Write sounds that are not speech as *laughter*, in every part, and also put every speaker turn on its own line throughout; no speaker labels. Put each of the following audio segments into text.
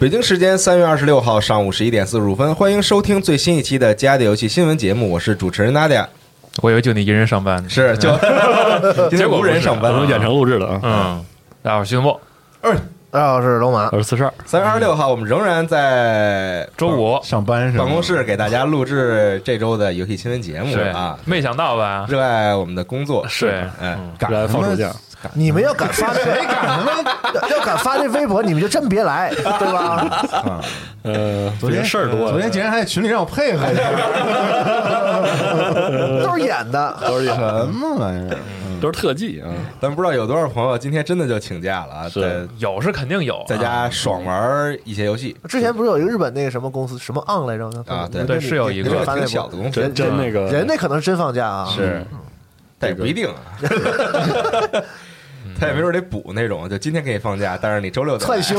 北京时间三月二十六号上午十一点四十五分，欢迎收听最新一期的《家的游戏新闻节目》，我是主持人 Nadia，
我以为就你一人上班呢，
是就 *laughs* 今
结
天
果
无人上班
我
了
们。远程录制的啊，
嗯，大家好，徐墨，
大家好，我是龙马。
我是四十二，
三月二十六号，我们仍然在
周五
上班是吗
办公室给大家录制这周的游戏新闻节目
是
啊，
没想到吧？
热爱我们的工作
是
哎，
赶来放暑假，
你们要敢发这，谁敢呢？要敢发这微博，你们就真别来，对吧？
呃，昨天事儿多，
哎昨天竟然还在群里让我配合一下，
都是演的。
都是
什么玩意儿？
都是特技啊，
*laughs* 但不知道有多少朋友今天真的就请假了啊，在
是
有是肯定有啊，
在家爽玩一些游戏
之前不是有一个日本那个什么公司什么 on 来着？
啊，对
对是有一个
这
发
挺
微
小
博，
的公司，
真真那个
人那可能是真放假啊。
是，但也不一定啊。 *laughs* 他也没准得补那种，就今天给你放假，但是你周六再来
窜休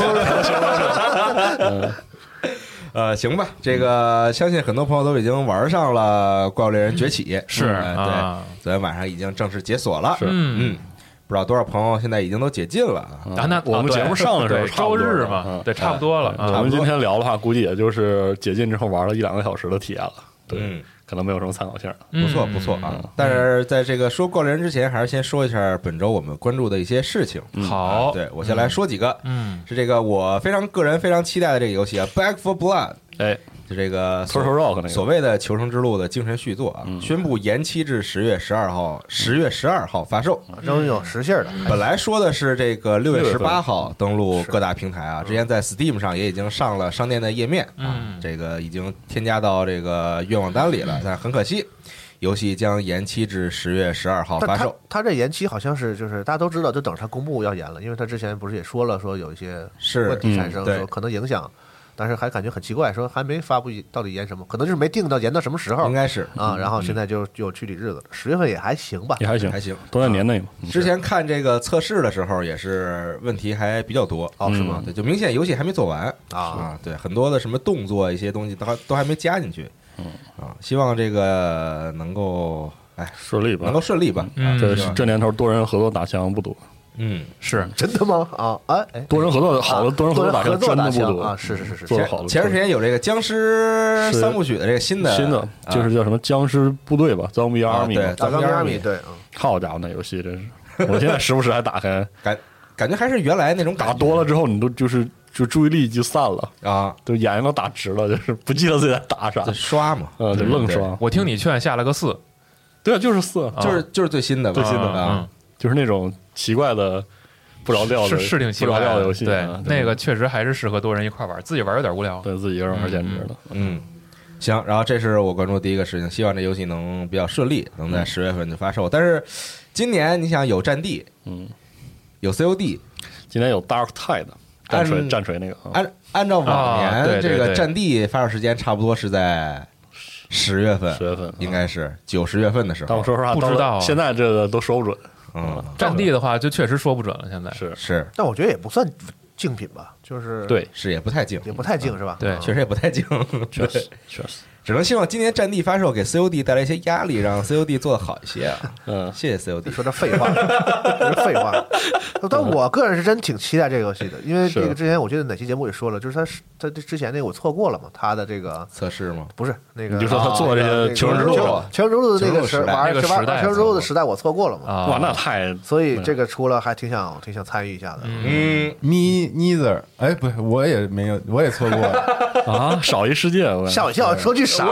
呃，行吧，这个相信很多朋友都已经玩上了《怪物猎人崛起》，
是
嗯呃
啊
对，昨天晚上已经正式解锁了，
是
嗯
嗯，不知道多少朋友现在已经都解禁了啊，
啊，那
嗯我们
啊
节
对
目上的时候
对周日嘛
嘛，，
对，差不多了
我
啊。
嗯
们今天聊的话，估计也就是解禁之后玩了一两个小时的体验了，对
嗯，
可能没有什么参考性了。
嗯
不错不错啊。但是在这个说《怪物猎人》之前，还是先说一下本周我们关注的一些事情。
嗯
啊
好，
对我先来说几个，
嗯，
是这个我非常个人非常期待的这个游戏啊，《Back for Blood》，
哎
就这个所
，Turtle Rock 那个
所谓的《求生之路》的精神续作啊，宣布延期至十月十二号，十月十二号发售。
终于有实信儿的，
本来说的是这个六月
6
十
月
八
份
号登陆各大平台啊，之前在 Steam 上也已经上了商店的页面啊，
嗯
这个已经添加到这个愿望单里了，但很可惜，游戏将延期至十月十二号发
但他
售。
他这延期好像是就是大家都知道，就等着他公布要延了，因为他之前不是也说了说有一些
是
问，题产生，
嗯对
说可能影响，但是还感觉很奇怪，说还没发布到底延什么，可能就是没定到延到什么时候
应该是
嗯
啊。然后现在就有具体日子了，十月份也还行吧
也。嗯还行，
还行。
都在年内嘛。嗯
之前看这个测试的时候，也是问题还比较多嗯
哦是
吗？对，就明显游戏还没做完
啊
啊，对，很多的什么动作一些东西都还都还没加进去，
嗯
啊，希望这个能够哎
顺利吧
能够，顺利啊吧，
嗯
这
希望
这年头多人合作打枪不多，
嗯，
是
真的吗？啊，哎哎，啊
多人合作好的多人合作打
合
枪
作
真
打
的不
枪
多嗯
啊，是是是是，
做
前
的好的
前段时间有这个僵尸
是
三部曲的这个新的
新的
啊
就是叫什么僵尸部队吧，Zombie
啊
Army
对
嘛
打钢
钢
阿
阿
米
米，
对，嗯
好家伙，那游戏真是，我现在时不时还打开，
感感觉还是原来那种感
打
觉
多了之后，你都就是就注意力就散了， *laughs*
啊，
就眼睛都打直了，就是不记得自己在打啥
就，刷嘛，
呃，就愣刷。
我听你劝下了个四，
对啊，就是四，
就是就是最新的吧，
最新的嗯
啊，
嗯，
就是那种奇怪的不着调的，
是是挺奇
不
怪
着调
的
的游戏
对
啊，，
那个确实还是适合多人一块玩，自己玩有点无聊。
对自己一个人玩简直了。
嗯，行，然后这是我关注的第一个事情，希望这游戏能比较顺利，能在十月份就发售。但是今年你想有战地，
嗯，
有 COD，
今天有 Dark Tide 战锤
按
战锤那个啊，
按按照往
啊对
年
对
这个
对
战地发售时间差不多是在十月份
十，月份
应。
啊
该是九十月份的时
但
候
我。说实话，
不知道啊
到现在这个都说不准。啊
嗯，
战地的话，就确实说不准了。现在
是
是
但我觉得也不算竞品吧，就是
对，嗯
是也不太近，
也不太竞是吧？啊
对
确实也不太近，
确实确实，
只能希望今年战地发售给 COD 带来一些压力，让 COD 做的好一些啊。
嗯，
谢谢
你
COD，
说这废话，这是废话。但我个人是真挺期待这个游戏的，因为这个
嗯是
之前我记得哪期节目也说了，就是他是他这之前那个我错过了嘛，他的这个
测试吗？
不是那个，
你就说他做这些求生之路
啊求生之路的那个
求生之路时代
玩
那个
是玩
时代
玩求生之路的时代我错过了嘛，
啊，
哇，那太
所以这个出了还挺想挺想参与一下的。
嗯，
Me neither，哎，不是，我也没有，我也错过了
啊 *laughs* 少一世界，我感觉
吓我一跳，说句啥？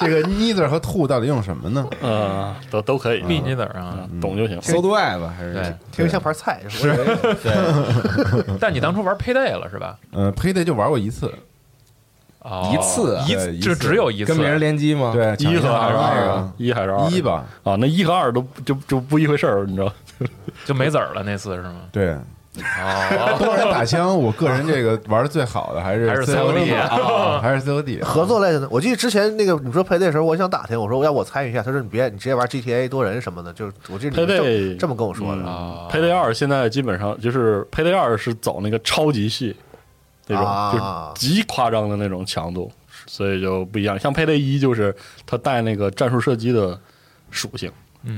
这个 neither 和 to 到底用什么呢？
嗯，都都可以，
密尼尔啊，
嗯懂就行。
So do I 吧，还是
对
听着像盘菜，是吧
*laughs* 对，
但你当初玩佩戴了是吧？
呃，佩队就玩过一次，
哦
一次啊
一
对一次
就只有一次，
跟别人联机吗？，
对，
一和
抢
二
一下
那
二
个一还是二
一吧，
啊？那一和二都就就不一回事儿，你知道？
就没子儿了那次是吗？
对，
哦，
多人打枪，我个人这个玩的最好的还是
还是
COD，
啊
啊还是 COD
合作类的呢？我记得之前那个你说配对的时候，我想打听，我说要我参与一下，他说你别，你直接玩 GTA 多人什么的，就是我记得
配
你这
对嗯啊
么这么跟我说的。啊
哦
配对二现在基本上就是配对二是走那个超级系那种，
啊
就是极夸张的那种强度，所以就不一样。像配对一就是它带那个战术射击的属性，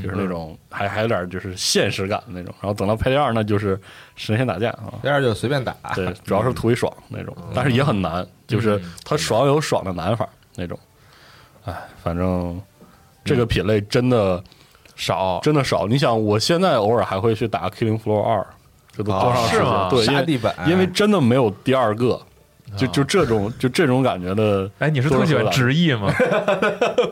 就是那种还还有点就是现实感的那种。然后等到配对二那就是神仙打架啊，
第二就随便打，
对，主要
嗯
是图一爽那种，但是也很难，就是它爽有爽的难法那种。哎，反正这个品类真的。
少
真的少。你想，我现在偶尔还会去打 Killing Floor 二，这都多长
哦
时间？
是吗
对，因
杀
为
地哎哦板，
因为真的没有第二个，就就这种就这种感觉的。
哎，你是特喜欢直译吗？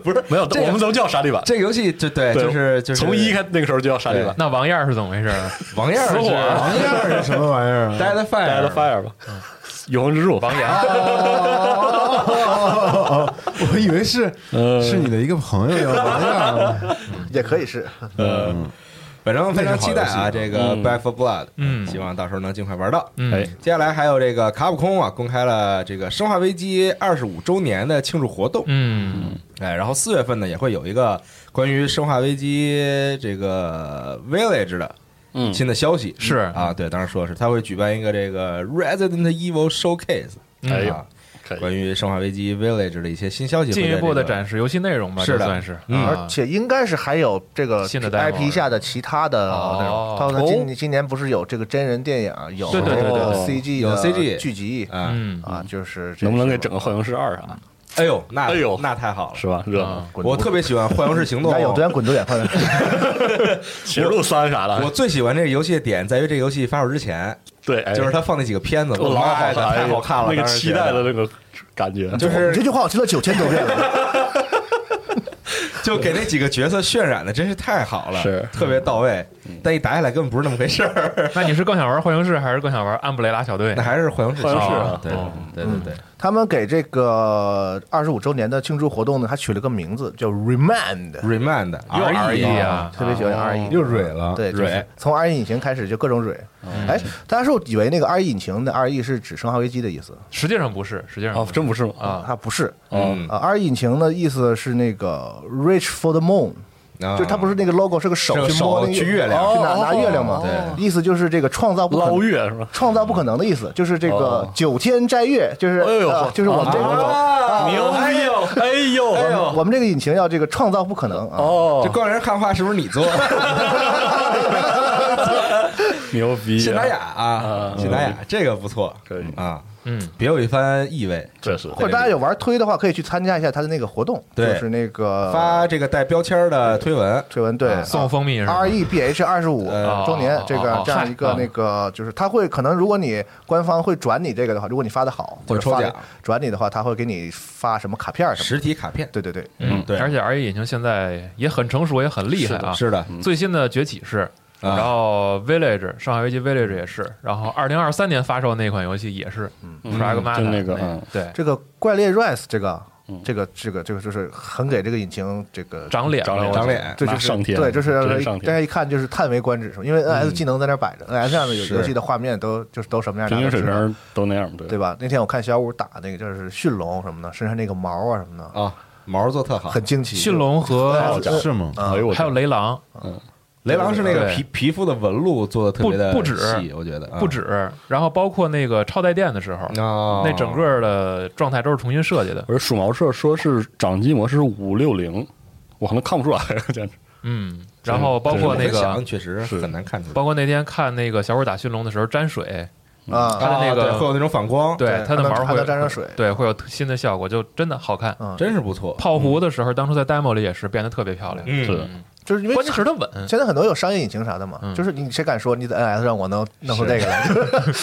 不是没有，我们都叫沙地板。
这个游戏就对，
对
就是就是
从一开那个时候就叫沙地板
对
那王燕儿是怎么回事？啊
王燕
死
是
火
王燕儿是什么玩意儿啊？
Dead
，Dead
Fire，嗯
Fire 吧，永恒之柱。
王岩，
我以为是
呃
是你的一个朋友叫王燕儿，
也可以是，
呃，
嗯反正非常期待
那是好
啊，
游戏
这个
嗯
Back for Blood，
嗯
希望到时候能尽快玩到。
哎，
接下来还有这个卡普空啊，公开了这个《生化危机》二十五周年的庆祝活动，
嗯，
哎，然后四月份呢也会有一个关于《生化危机》这个 Village 的
嗯，
新的消息，
是
啊，对，当时说是他会举办一个这个 Resident Evil Showcase，
嗯
哎呦
啊，
可以。
关于《生化危机 Village》的一些新消息，
进一步
会在
的
这个
展示游戏内容吧，
是的
这算是，
嗯
而
啊，
且应该是还有这个
新的 demo
IP 下的其他的
哦
内容。他们今今年不是有这个真人电影，有
对对对对
这个
对
CG
有
的
CG
剧集
啊，
嗯
啊，就是这
能不能给
些
整个幻影室二啥，
哎呦，那
哎呦
那太好了，
是吧？热闹
啊，
滚
嗯我特别喜欢《幻游式行动哦
*laughs* 那有》多，远滚多远，快点！
血路三啥
我
的，
最喜欢这个游戏的点在于这个游戏发售之前，
对，哎
就是他放那几个片子，
我
妈
老好
呀
看，哎
太好看了，
那个
当时
期
觉得
待的那个感觉，
*laughs* 就
你
*laughs*
这
是
句话我听了九千多遍了，
就给那几个角色渲染的真是太好了，
是嗯
特别到位，但一打下来根本不是那么回事儿，
那你是更想玩幻影室，还是更想玩安布雷拉小队
那？还是《幻游式行
幻
动
游式》啊
对
哦
对对对，
他们给这个二十五周年的庆祝活动呢，还取了个名字叫 Remand，
Remand
又
R E 哦
RE 啊
特别喜欢 R E，
又蕊了。
对，就是
蕊嗯
从 R E 引擎开始就各种蕊。哎，大家是不是以为那个 R E 引擎的 R E 是指《生化危机》的意思？
实际上不是，实际上
啊，真不是吗？
啊，
它不是。
哦嗯
啊，R E 引擎的意思是那个 Reach for the Moon，
啊
就是它不是那个 logo 是个手
是个
去摸
手
那个
去月亮
去拿拿月亮嘛？
哦
对，意思就是这个创造不可
捞
能。
月是吧？
创造不可能的意思，就是这个
哦
九天斋月，就是
哎呦
呃就是我们这个
啊
牛逼！哎呦，哎呦，
我们这个引擎要这个创造不可能啊！
这
哦，
光人汉化是不是你做？
牛逼！
信达雅啊，
啊
信达雅，这个不错，
可以
啊，
嗯，
别有一番意味。
这是
或者大家有玩推的话，可以去参加一下他的那个活动，
对
就是那个
发这个带标签的推文，
推文对
送蜂蜜是吧
R？E B H 二十五
呃
周年
哦
这个
哦
这样
嗨
一个
嗯
那个，就是他会可能如果你官方会转你这个的话，如果你发的好
会
或者
抽
发的
奖
转你的话，他会给你发什么卡片儿什么
实体卡片
的。，对对对，
嗯，对，
E 而且 RE 引擎现在也很成熟，也很厉害啊。
是的，
最新的崛起是
啊
然后 Village 上海危机 Village 也是，然后二零二三年发售的那款游戏也是
嗯
Pragmata
就那个嗯
对
这个怪猎 Rise 这个
嗯，
这个这个这个就是很给这个引擎这个
长脸
长脸
我觉
长
得
脸，
这就
拿
是
上天
对，就是让
真
人
上天
大家一看就是叹为观止，因为 NS 技能在那儿摆着，NS 上的游
是
游戏的画面都就是都什么样，
平均水
大家都知道
平都那样，对
对吧？那天我看小五打那个就是驯龙什么的，身上那个毛啊什么的，
啊，毛做特好。
很惊奇。
驯龙和
对
是吗？
啊
哎呦我
还有雷狼
雷狼是那个
对
皮皮肤的纹路做的特别的
不不止
细，我觉得啊
不止，然后包括那个超带电的时候，
哦
啊，
那整个的状态都是重新设计的。
而鼠毛社说是掌机模式五六零，我可能看不出来，简直
嗯，然后包括那
很
个
响，确实
是
很难看出来，
包括那天看那个小五打驯龙的时候沾水，
啊，
它的那个
啊对会有那种反光，
对
哦对
它的
还能
毛
还
会
能沾上水
对，会有新的效果，就真的好看。
嗯，
真是不错。
泡芙的时候，当初在 demo 里也是变得特别漂亮，
嗯
是的
就是因为
关键是它稳。
现在很多有商业引擎啥的嘛，
嗯
就是你谁敢说你在 NS 上我能弄出这个
*laughs*
来，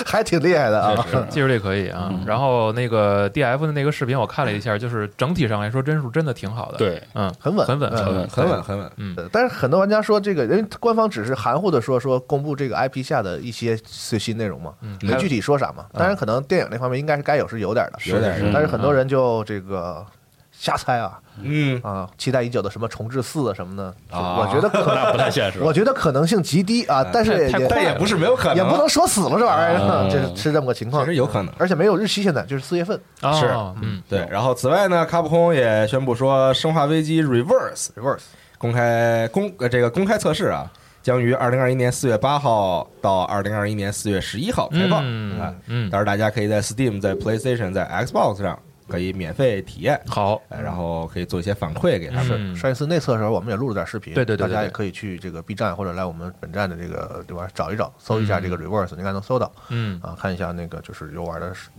还挺厉害的啊。
技术力可以啊，
嗯
然后那个 D F 的那个视频我看了一下，就是整体上来说帧数真的挺好的，，
对，
嗯，
很稳
很稳，很
嗯
嗯
稳，
很稳很稳，
对呃但是很多玩家说这个，因为官方只是含糊的说说公布这个 IP 下的一些最新内容嘛，
嗯
没具体说啥嘛。当然，可能电影那方面应该是该有是有点的，
有点
是
但是很多人就这个瞎猜啊
嗯，
啊，期待已久的什么重置四啊什么的，就
啊哎
我觉
*laughs*
得可
那不太现实。
我觉得可能性极低啊，但是也
太
也
但也不是没有可能，
也不能说死了这玩意
啊
儿， *laughs* 这是是这么个情况
确，实有可能。
而且没有日期，现在就是四月份。
哦
是
嗯，
对，然后此外呢，卡普空也宣布说，《生化危机 Reverse》
Reverse
公开公呃这个公开测试啊，将于二零二一年四月八号到二零二一年四月十一号开放。
嗯
啊，
嗯
当，然大家可以在 Steam、在 PlayStation、在 Xbox 上可以免费体验，
好，
哎然后可以做一些反馈给他们。
嗯
上一次内测的时候，我们也录了点视频，
对对对对
大家也可以去这个 B 站或者来我们本站的这个对吧，找一找，搜一下这个 Reverse，应该能搜到
嗯，
啊，看一下那个就是游玩的是，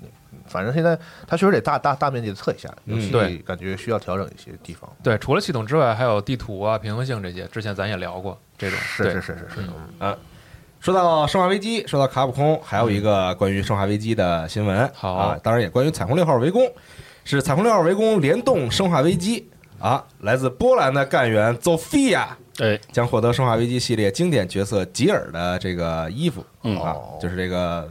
反正现在它确实得大大大面积的测一下，游
嗯
戏
对
感觉需要调整一些地方，
对，除了系统之外，还有地图啊、平衡性这些，之前咱也聊过这种，
是
对
是是是是，
嗯
嗯
说到《生化危机》，说到卡普空，还有一个关于《生化危机》的新闻，
好
啊，当然也关于彩虹六号围攻，是彩虹六号围攻联动《生化危机》啊，来自波兰的干员 Zofia
哎，
将获得《生化危机》系列经典角色吉尔的这个衣服
嗯
啊
哦，
就是这个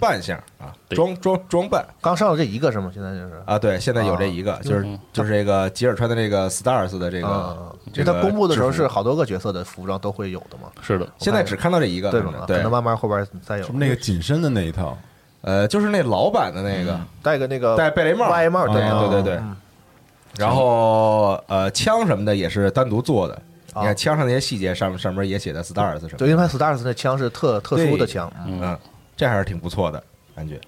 扮相啊，
对
装装装扮
刚上了这一个是吗？现在就是
啊，对，现在有这一个，就是
嗯
就是这个吉尔穿的这个 Stars 的这
啊
个，
因为它公布的时候
这
是
个制服
好多个角色的服装都会有的嘛，
是的，
现在只看到这一个，
对
反正
吧？可
对
能，慢慢后边再有
是不是那个紧身的那一套？
呃，就是那老版的那
嗯
个。
戴个那个
戴贝雷帽
歪帽，
哎
呃
对对
对
对
嗯
然后呃，枪什么的也是单独做的。
啊
你看枪上那些细节，上面上面也写的 stars 什么的，
对，因为 Stars 那枪是特特殊的
对
枪，嗯
嗯
嗯，这还是挺不错的感觉。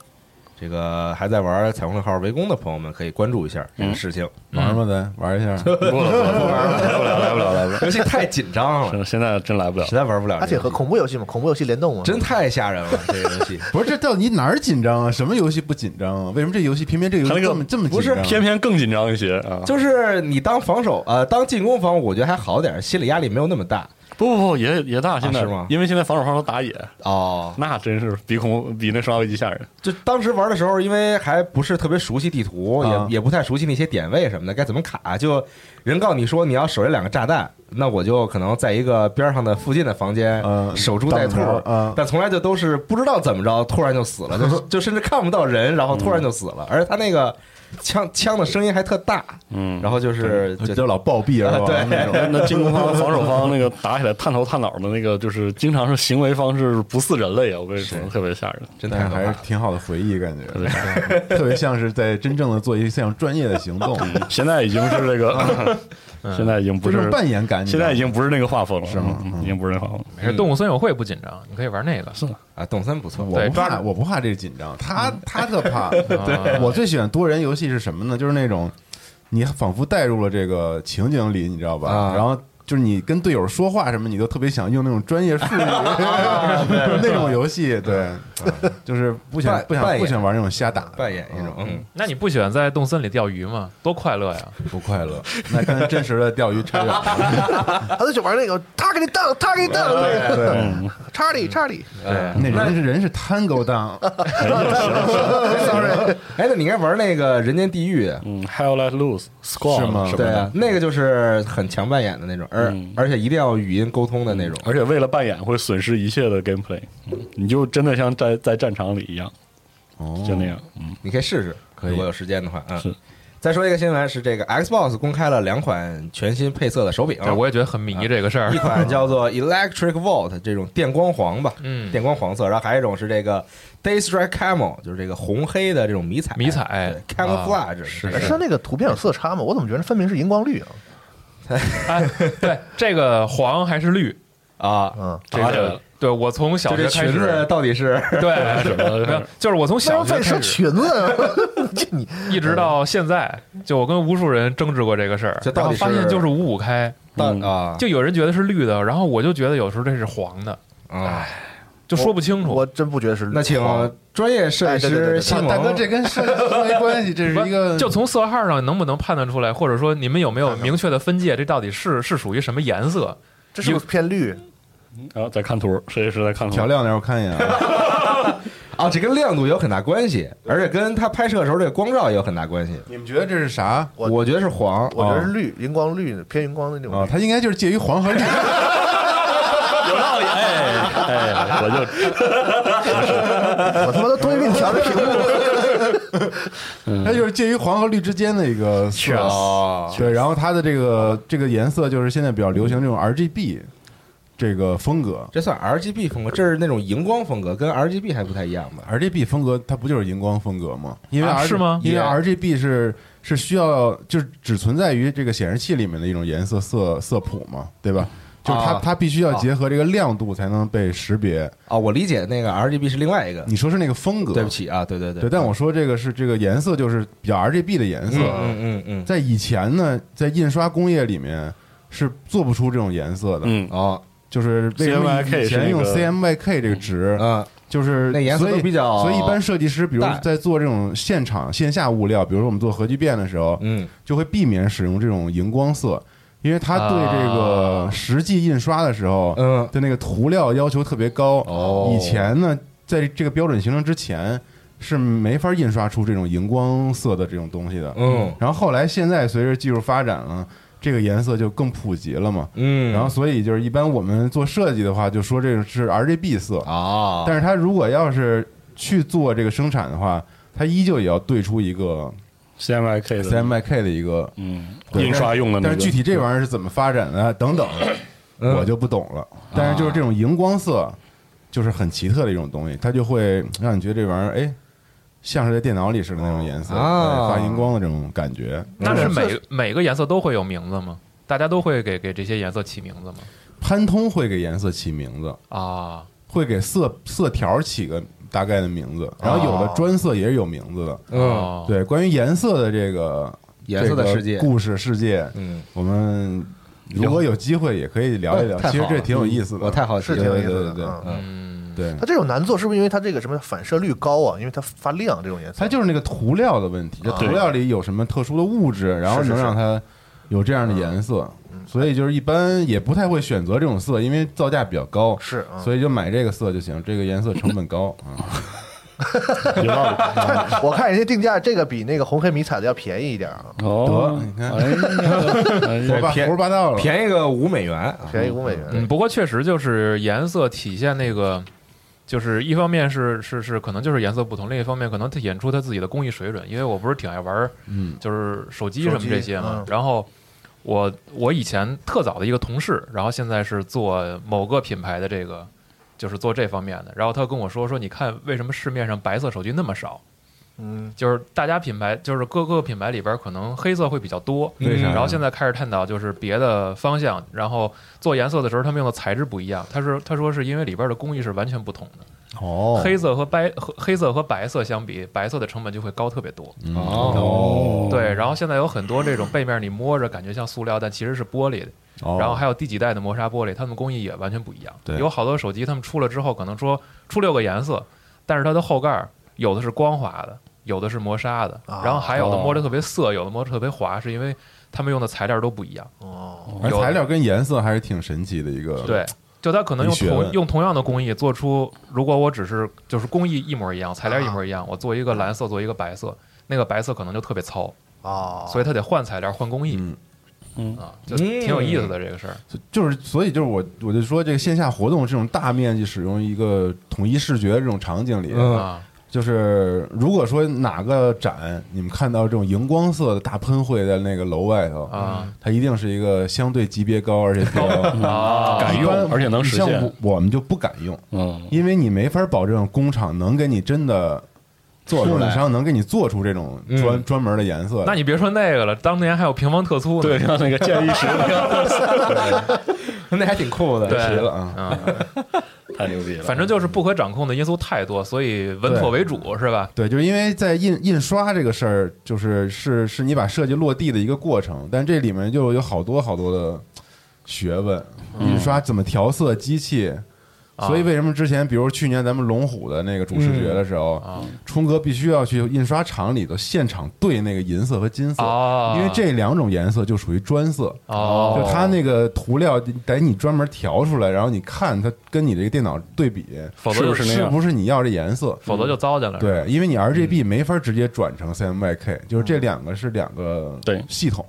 这个还在玩《彩虹六号围攻》的朋友们可以关注一下
嗯
这个事情，
玩
嗯
吗？咱玩一下。
不了不了来不了来不了来不了，
游戏太紧张
真
了，
的现在真来不了
实。在玩不了这
而且
个游戏。
和恐怖游戏嘛，恐怖游戏联动嘛，
真太吓人了，这个游
*laughs*
戏
不是这到底哪儿紧张啊？什么游戏不紧张啊？为什么这游戏偏偏这个游
它
戏
那个
这么这么紧
不是
张？啊
偏偏更紧张一些啊！
就是你当防守呃当进攻方，我觉得还好点儿，心理压力没有那么大
不不不，也也大现在
是吗，
因为现在防守方都打野，
哦。
那真是比恐比那生化危机吓人。
就当时玩的时候，因为还不是特别熟悉地图，
啊
也也不太熟悉那些点位什么的，该怎么卡？就人告你说你要守这两个炸弹，那我就可能在一个边上的附近的房间
嗯
守株待兔
挡着嗯，
但从来就都是不知道怎么着，突然就死了，就就甚至看不到人，然后突然就死了，而且他那个枪枪的声音还特大，
嗯，
然后就是就
就老暴毙
啊
而亡
对
那种。
*laughs* 那进攻方、防守方那个打起来探头探脑的那个，就是经常是行为方式不似人类啊！我跟你说，特别吓人。
真太
但是
可怕
还
了
是挺好的回忆，感觉
对
*laughs* 特别像是在真正的做一项专业的行动，
*laughs* 现在已经是这个， *laughs* 现在已经
就
不
这
是
种扮演感。你知
现
道吗
在已经不是那个画风了，
是吗
嗯已经不是那个画风了。
没事，动物森友会不紧张，你可以玩那个，
啊，动森不错，
我
对
不
抓
怕，
着
我不怕这紧张，他他特怕。
对
我最喜欢多人游戏是什么呢？就是那种你仿佛带入了这个情景里，你知道吧？
啊
然后就是你跟队友说话什么，你都特别想用那种专业术语， *laughs* 那种游戏，对， *laughs* 就是不想
扮
不想
扮演
不想玩那种瞎打的
扮演一种，嗯，
那你不喜欢在动森里钓鱼吗？多快乐呀！
不快乐，那跟真实的钓鱼差远了。
他就喜欢那个，他给你瞪，他给你瞪，那个
对，
嗯，
查理查理，
对。
*laughs* 那人是人是 tango down，
sorry，
*laughs* 哎，那你应该玩那个《人间地狱》，
*laughs*
嗯，Hell Let Loose Squad
是吗
什么
对
的
啊，那个就是很强扮演的那种，而而
嗯
而且一定要语音沟通的那种。
而且为了扮演会损失一切的 gameplay，、嗯、你就真的像在在战场里一样，
哦
就那样。嗯，
你可以试试，
可以
如果有时间的话，嗯
是。
再说一个新闻是这个 Xbox 公开了两款全新配色的手柄，
对，我也觉得很迷
啊
这个事儿
一。款叫做 Electric Volt 这种电光黄吧，
嗯，
电光黄色，然后还有一种是这个 Daystrike Camel，就是这个红黑的这种迷彩
迷彩
对 camouflage
啊是
哎，它那个图片有色差吗？我怎么觉得分明是荧光绿啊？
哎，对，这个黄还是绿，
啊，
嗯，
这个对我从小
就
学
这
开
裙子
始，
到底是
对，没有，就是我从
为什
小
么
学
非
开
说
始
裙子啊？ *laughs* 这你
一直到现在，就我跟无数人争执过这个事儿
这，到
然后
底
发现
是
就是五五开，
到
嗯
啊
就有人觉得是绿的，然后我就觉得有时候这是黄的，
啊？
就说不清楚。
我真不觉得是绿啊
那请专业设计
哎对对对
师
对
西蒙
哦大哥，这跟设计师没关系，这是一个
就从色号上能不能判断出来，或者说你们有没有明确的分界，这到底是是属于什么颜色？
这是不是偏绿？
然后再嗯看图，设计师在看图
调，亮点，我看一眼啊。
哦 *laughs* 啊，这跟亮度有很大关系，而且跟他拍摄的时候这个光照也有很大关系。
你们觉得这是啥？
我
我觉得是黄，
我觉得
啊
是绿，荧光绿，偏荧光的那种
啊，
绿。
它应该就是介于黄和绿。
哎，我就
*laughs*
我他妈都东西给你调的屏幕，
它就是介于黄和绿之间的一个色
哦，
对，然后它的这个这个颜色就是现在比较流行这种 RGB 这个风格
这算 RGB 风格，这是那种荧光风格，跟 RGB 还不太一样吧？
，RGB 风格它不就是荧光风格吗？因为 R、
啊是吗
因为
也
RGB 是是需要就是只存在于这个显示器里面的一种颜色色色谱嘛，对吧？就是它、
啊
它必须要
啊
结合这个亮度才能被识别。
哦，我理解那个 RGB 是另外一个，
你说是那个风格？
对不。起啊，对对对
对，但我说这个是这个颜色，就是比较 RGB 的颜色。
嗯嗯嗯
在以前呢，在印刷工业里面是做不出这种颜色的。
嗯
嗯，，哦，
就是为什么
CMYK
以
是那
前
个
用 CMYK 这个值，
嗯，
就是
那颜色
所
都
以
比较，
所以一般设计师，比如
淡
在做这种现场线下物料，比如说我们做核聚变的时候，
嗯
就会避免使用这种荧光色，因为它对这个
啊
实际印刷的时候
嗯
对那个涂料要求特别高。
哦
以前呢，在这个标准形成之前是没法印刷出这种荧光色的这种东西的。
嗯
然后后来现在随着技术发展了，这个颜色就更普及了嘛。
嗯，
然后所以就是一般我们做设计的话，就说这个是 RGB 色，
啊，
但是它如果要是去做这个生产的话，它依旧也要对出一个
CMYK 的，
CMYK 的一个。
嗯，
对
印刷用的那
但
个，
是具体这玩意儿是怎么发展的等等，
嗯
我就不懂了。但是就是这种荧光色，就是很奇特的一种东西，它就会让你觉得这玩意儿哎，像是在电脑里似的那种颜色，
啊
哎发荧光的这种感觉。
那是
嗯
每每个颜色都会有名字吗？大家都会给给这些颜色起名字吗？
潘通会给颜色起名字，
啊，
会给色色条起个大概的名字，然后有的
啊
哦
专色也是有名字的。
嗯，
哦，
对，关于颜色的这个
颜色的世界
这个故事世界，
嗯，
我们如果有机会也可以聊一聊
哎太。好
其实这挺有意思
了
的，
我太好奇
是
了，
挺有
对
意
对
思
对对
的。，嗯，
嗯
嗯，
对
它，这种难做是不是因为它这个什么反射率高啊？因为它发亮这种颜色。
它就是那个涂料的问题，就
啊
涂料里有什么特殊的物质，然后
是是
能
是
让它有这样的颜色，
嗯
所以就是一般也不太会选择这种色，因为造价比较高，
是嗯
所以就买这个色就行，这个颜色成本
*laughs*
高啊。
有道
*laughs*
理。
我看人家定价这个比那个红黑迷彩的要便宜一点啊，
哦，
得你看
哎呀，哎
胡
呀
说八胡
便
说八道了，
便宜个五美元啊，
便宜五美元。
嗯，不过确实就是颜色体现那个，就是一方面是是是可能就是颜色不同，另一方面可能它演出它自己的工艺水准。因为我不是挺爱玩，
嗯，
就是手机嗯什么这些嘛
手。机
然后我我以前特早的一个同事，然后现在是做某个品牌的这个，就是做这方面的。然后他跟我说说，你看为什么市面上白色手机那么少？
嗯，
就是大家品牌，就是各个品牌里边可能黑色会比较多，
为啥呀
然后现在开始探讨就是别的方向，然后做颜色的时候他们用的材质不一样。他说他说是因为里边的工艺是完全不同的，
哦
黑色和白和黑色和白色相比，白色的成本就会高特别多。
哦
对，然后现在有很多这种背面你摸着感觉像塑料，但其实是玻璃的。
哦
然后还有第几代的磨砂玻璃，它们工艺也完全不一样。
对
有好多手机他们出了之后，可能说出六个颜色，但是它的后盖儿有的是光滑的，有的是磨砂的，
啊
然后还有的
哦
摸着特别涩，有的摸着特别滑，是因为他们用的材料都不一样。
哦，
而
有的
材料跟颜色还是挺神奇的一个，
对，就它可能用
有学问
同用同样的工艺做出，如果我只是就是工艺一模一样，材料一模一
嗯
样，我做一个蓝色，做一个白色，那个白色可能就特别糙，
哦，
所以它得换材料换工艺。
啊嗯，
嗯
啊，就挺有意思的这个事儿。
就是所以就是我我就说这个线下活动这种大面积使用一个统一视觉这种场景里，
嗯
啊，
就是如果说哪个展你们看到这种荧光色的大喷绘在那个楼外头
啊，
它一定是一个相对级别高而且比
*laughs*
较
啊
敢用
一般
而且能实现
像我我们就不敢用，
嗯
因为你没法保证工厂能给你真的
做出
供
来
应商能给你做出这种
嗯
专专门的颜色来。
那你别说那个了，当年还有平方特粗呢。
对，像那个建议石那样，
那还挺酷的，
对
是
了啊！
嗯，
太牛逼了。
反正就是不可掌控的因素太多，所以稳妥为主是吧？
对，就是因为在印印刷这个事儿，就是是是你把设计落地的一个过程，但这里面就有好多好多的学问，印刷怎么调色机器。
嗯啊
所以为什么之前，比如去年咱们龙虎的那个主视觉的时候，
啊
冲哥必须要去印刷厂里头现场对那个银色和金色，
哦
因为这两种颜色就属于专色，
哦，
就它那个涂料得你专门调出来，然后你看它跟你这个电脑对比，
否则就是
不是那
是
样
不是你要这颜色？
否则就糟践了。是吧，
对，因为你
嗯
RGB 没法直接转成 CMYK，就是这两个是两个
嗯对
系统，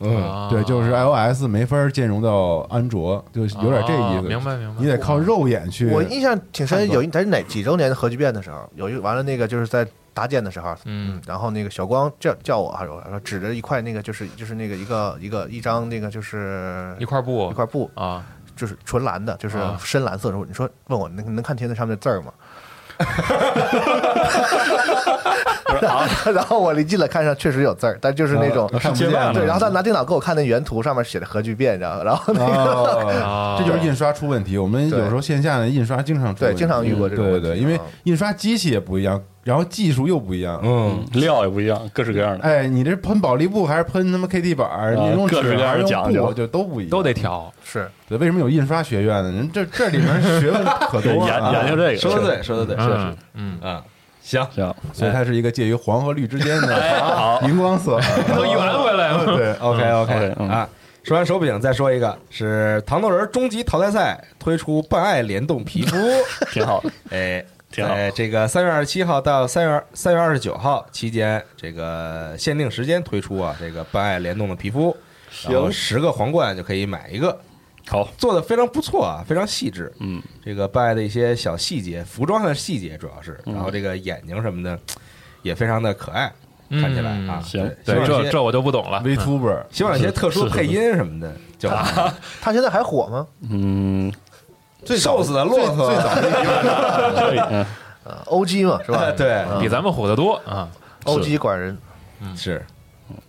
嗯，
啊
对，就是 iOS 没法兼容到安卓，就是有点这意
啊
哦
思。
明白明白，
你得靠肉眼去。
我印象挺
看
深，
过
有一咱是哪几周年的核聚变的时候，有一完了那个就是在搭建的时候，
嗯，
然后那个小光叫叫我，还是我说指着一块那个就是就是那个一个一个一张那个就是
一块布
一块布，
啊，
就是纯蓝的，就是
啊
深蓝色的。你说问我能能看清那上面的字儿吗？然后， *laughs* 然后我离近了看上确实有字儿，但就是那种
啊看不见
了
对，然后他拿电脑给我看那原图，上面写着核聚变，你知道吗？然后那个
哦
啊
*laughs*
这就是印刷出问题。我们
对
有时候线下的印刷经常出问
对，
题
经常遇过这种
对
问题
对，因为
啊
印刷机器也不一样，然后技术又不一样。
嗯，
料也不一样，各式各样的。
哎，你这喷保利布还是喷他妈 KT 板儿？
啊
你用
各式
纸
各样
还是
的
用
讲究
布，就都不一样。
都得调，
是
对，为什么有印刷学院呢？人这这里面学问可
*laughs* 对，
多了
研
啊。
研究这个，
说的对，说的对，是
嗯
是，
嗯，
嗯，行，
行，哎
所以它是一个介于黄和绿之间的荧
*laughs*
光色。啊
都圆回来了。
对，
OK
嗯
OK
OK，嗯
啊，说完手柄，再说一个是糖豆人终极淘汰赛推出半爱联动皮
*laughs*
肤，
挺好的。
哎，
挺好
在这个三月二十七号到三月三月二十九号期间，这个限定时间推出啊，这个半爱联动的皮肤，然后十个皇冠就可以买一个，
好，
做的非常不错啊，非常细致，
嗯，
这个拜的一些小细节，服装上的细节主要是，
嗯
然后这个眼睛什么的也非常的可爱，
嗯
看起来啊，
行
对
对，
希望有
这
些
这我就不懂了。
Vtuber
*laughs*
希望有些特殊的
是是啊
配音什么的，就
他现在还火吗？
嗯，
最早
瘦死的骆驼，？
最最早
可以，嗯，
呃，OG 嘛是吧
对
嗯
比咱们火得多啊！
OG 管人，
*laughs* 是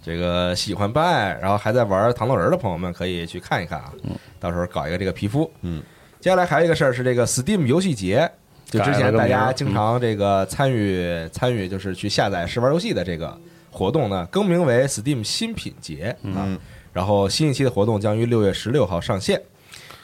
这个喜欢拜，然后还在玩糖豆人的朋友们可以去看一看啊，
嗯
到时候搞一个这个皮肤。
嗯，
接下来还有一个事儿是这个 Steam 游戏节，就之
改了
前
个名
大
儿嗯
家经常这个参与参与就是去下载试玩游戏的这个活动呢，更名为 Steam 新品节啊
嗯。
然后新一期的活动将于六月十六号上线。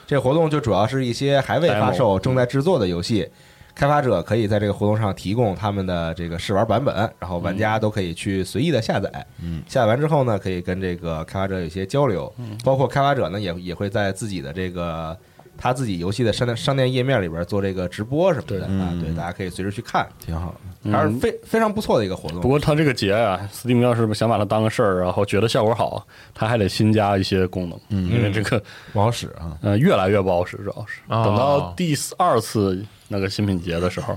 这个活动就主要是一些还未发售、正在制作的游戏，开发者可以在这个活动上提供他们的这个试玩版本，然后玩家都可以去随意的下载。
嗯，
下载完之后呢，可以跟这个开发者有一些交流，包括开发者呢也也会在自己的这个他自己游戏的商店商店页面里边做这个直播什么的
对
啊，
嗯
对，大家可以随时去看，
挺好的。
还是非非常不错的一个活
不
动。
过他这个节啊，Steam 要是想把它当个事儿，然后觉得效果好，他还得新加一些功能，
嗯
因为这个
不好使啊。
呃越来越不好使，主要是
哦
等到第二次那个新品节的时候，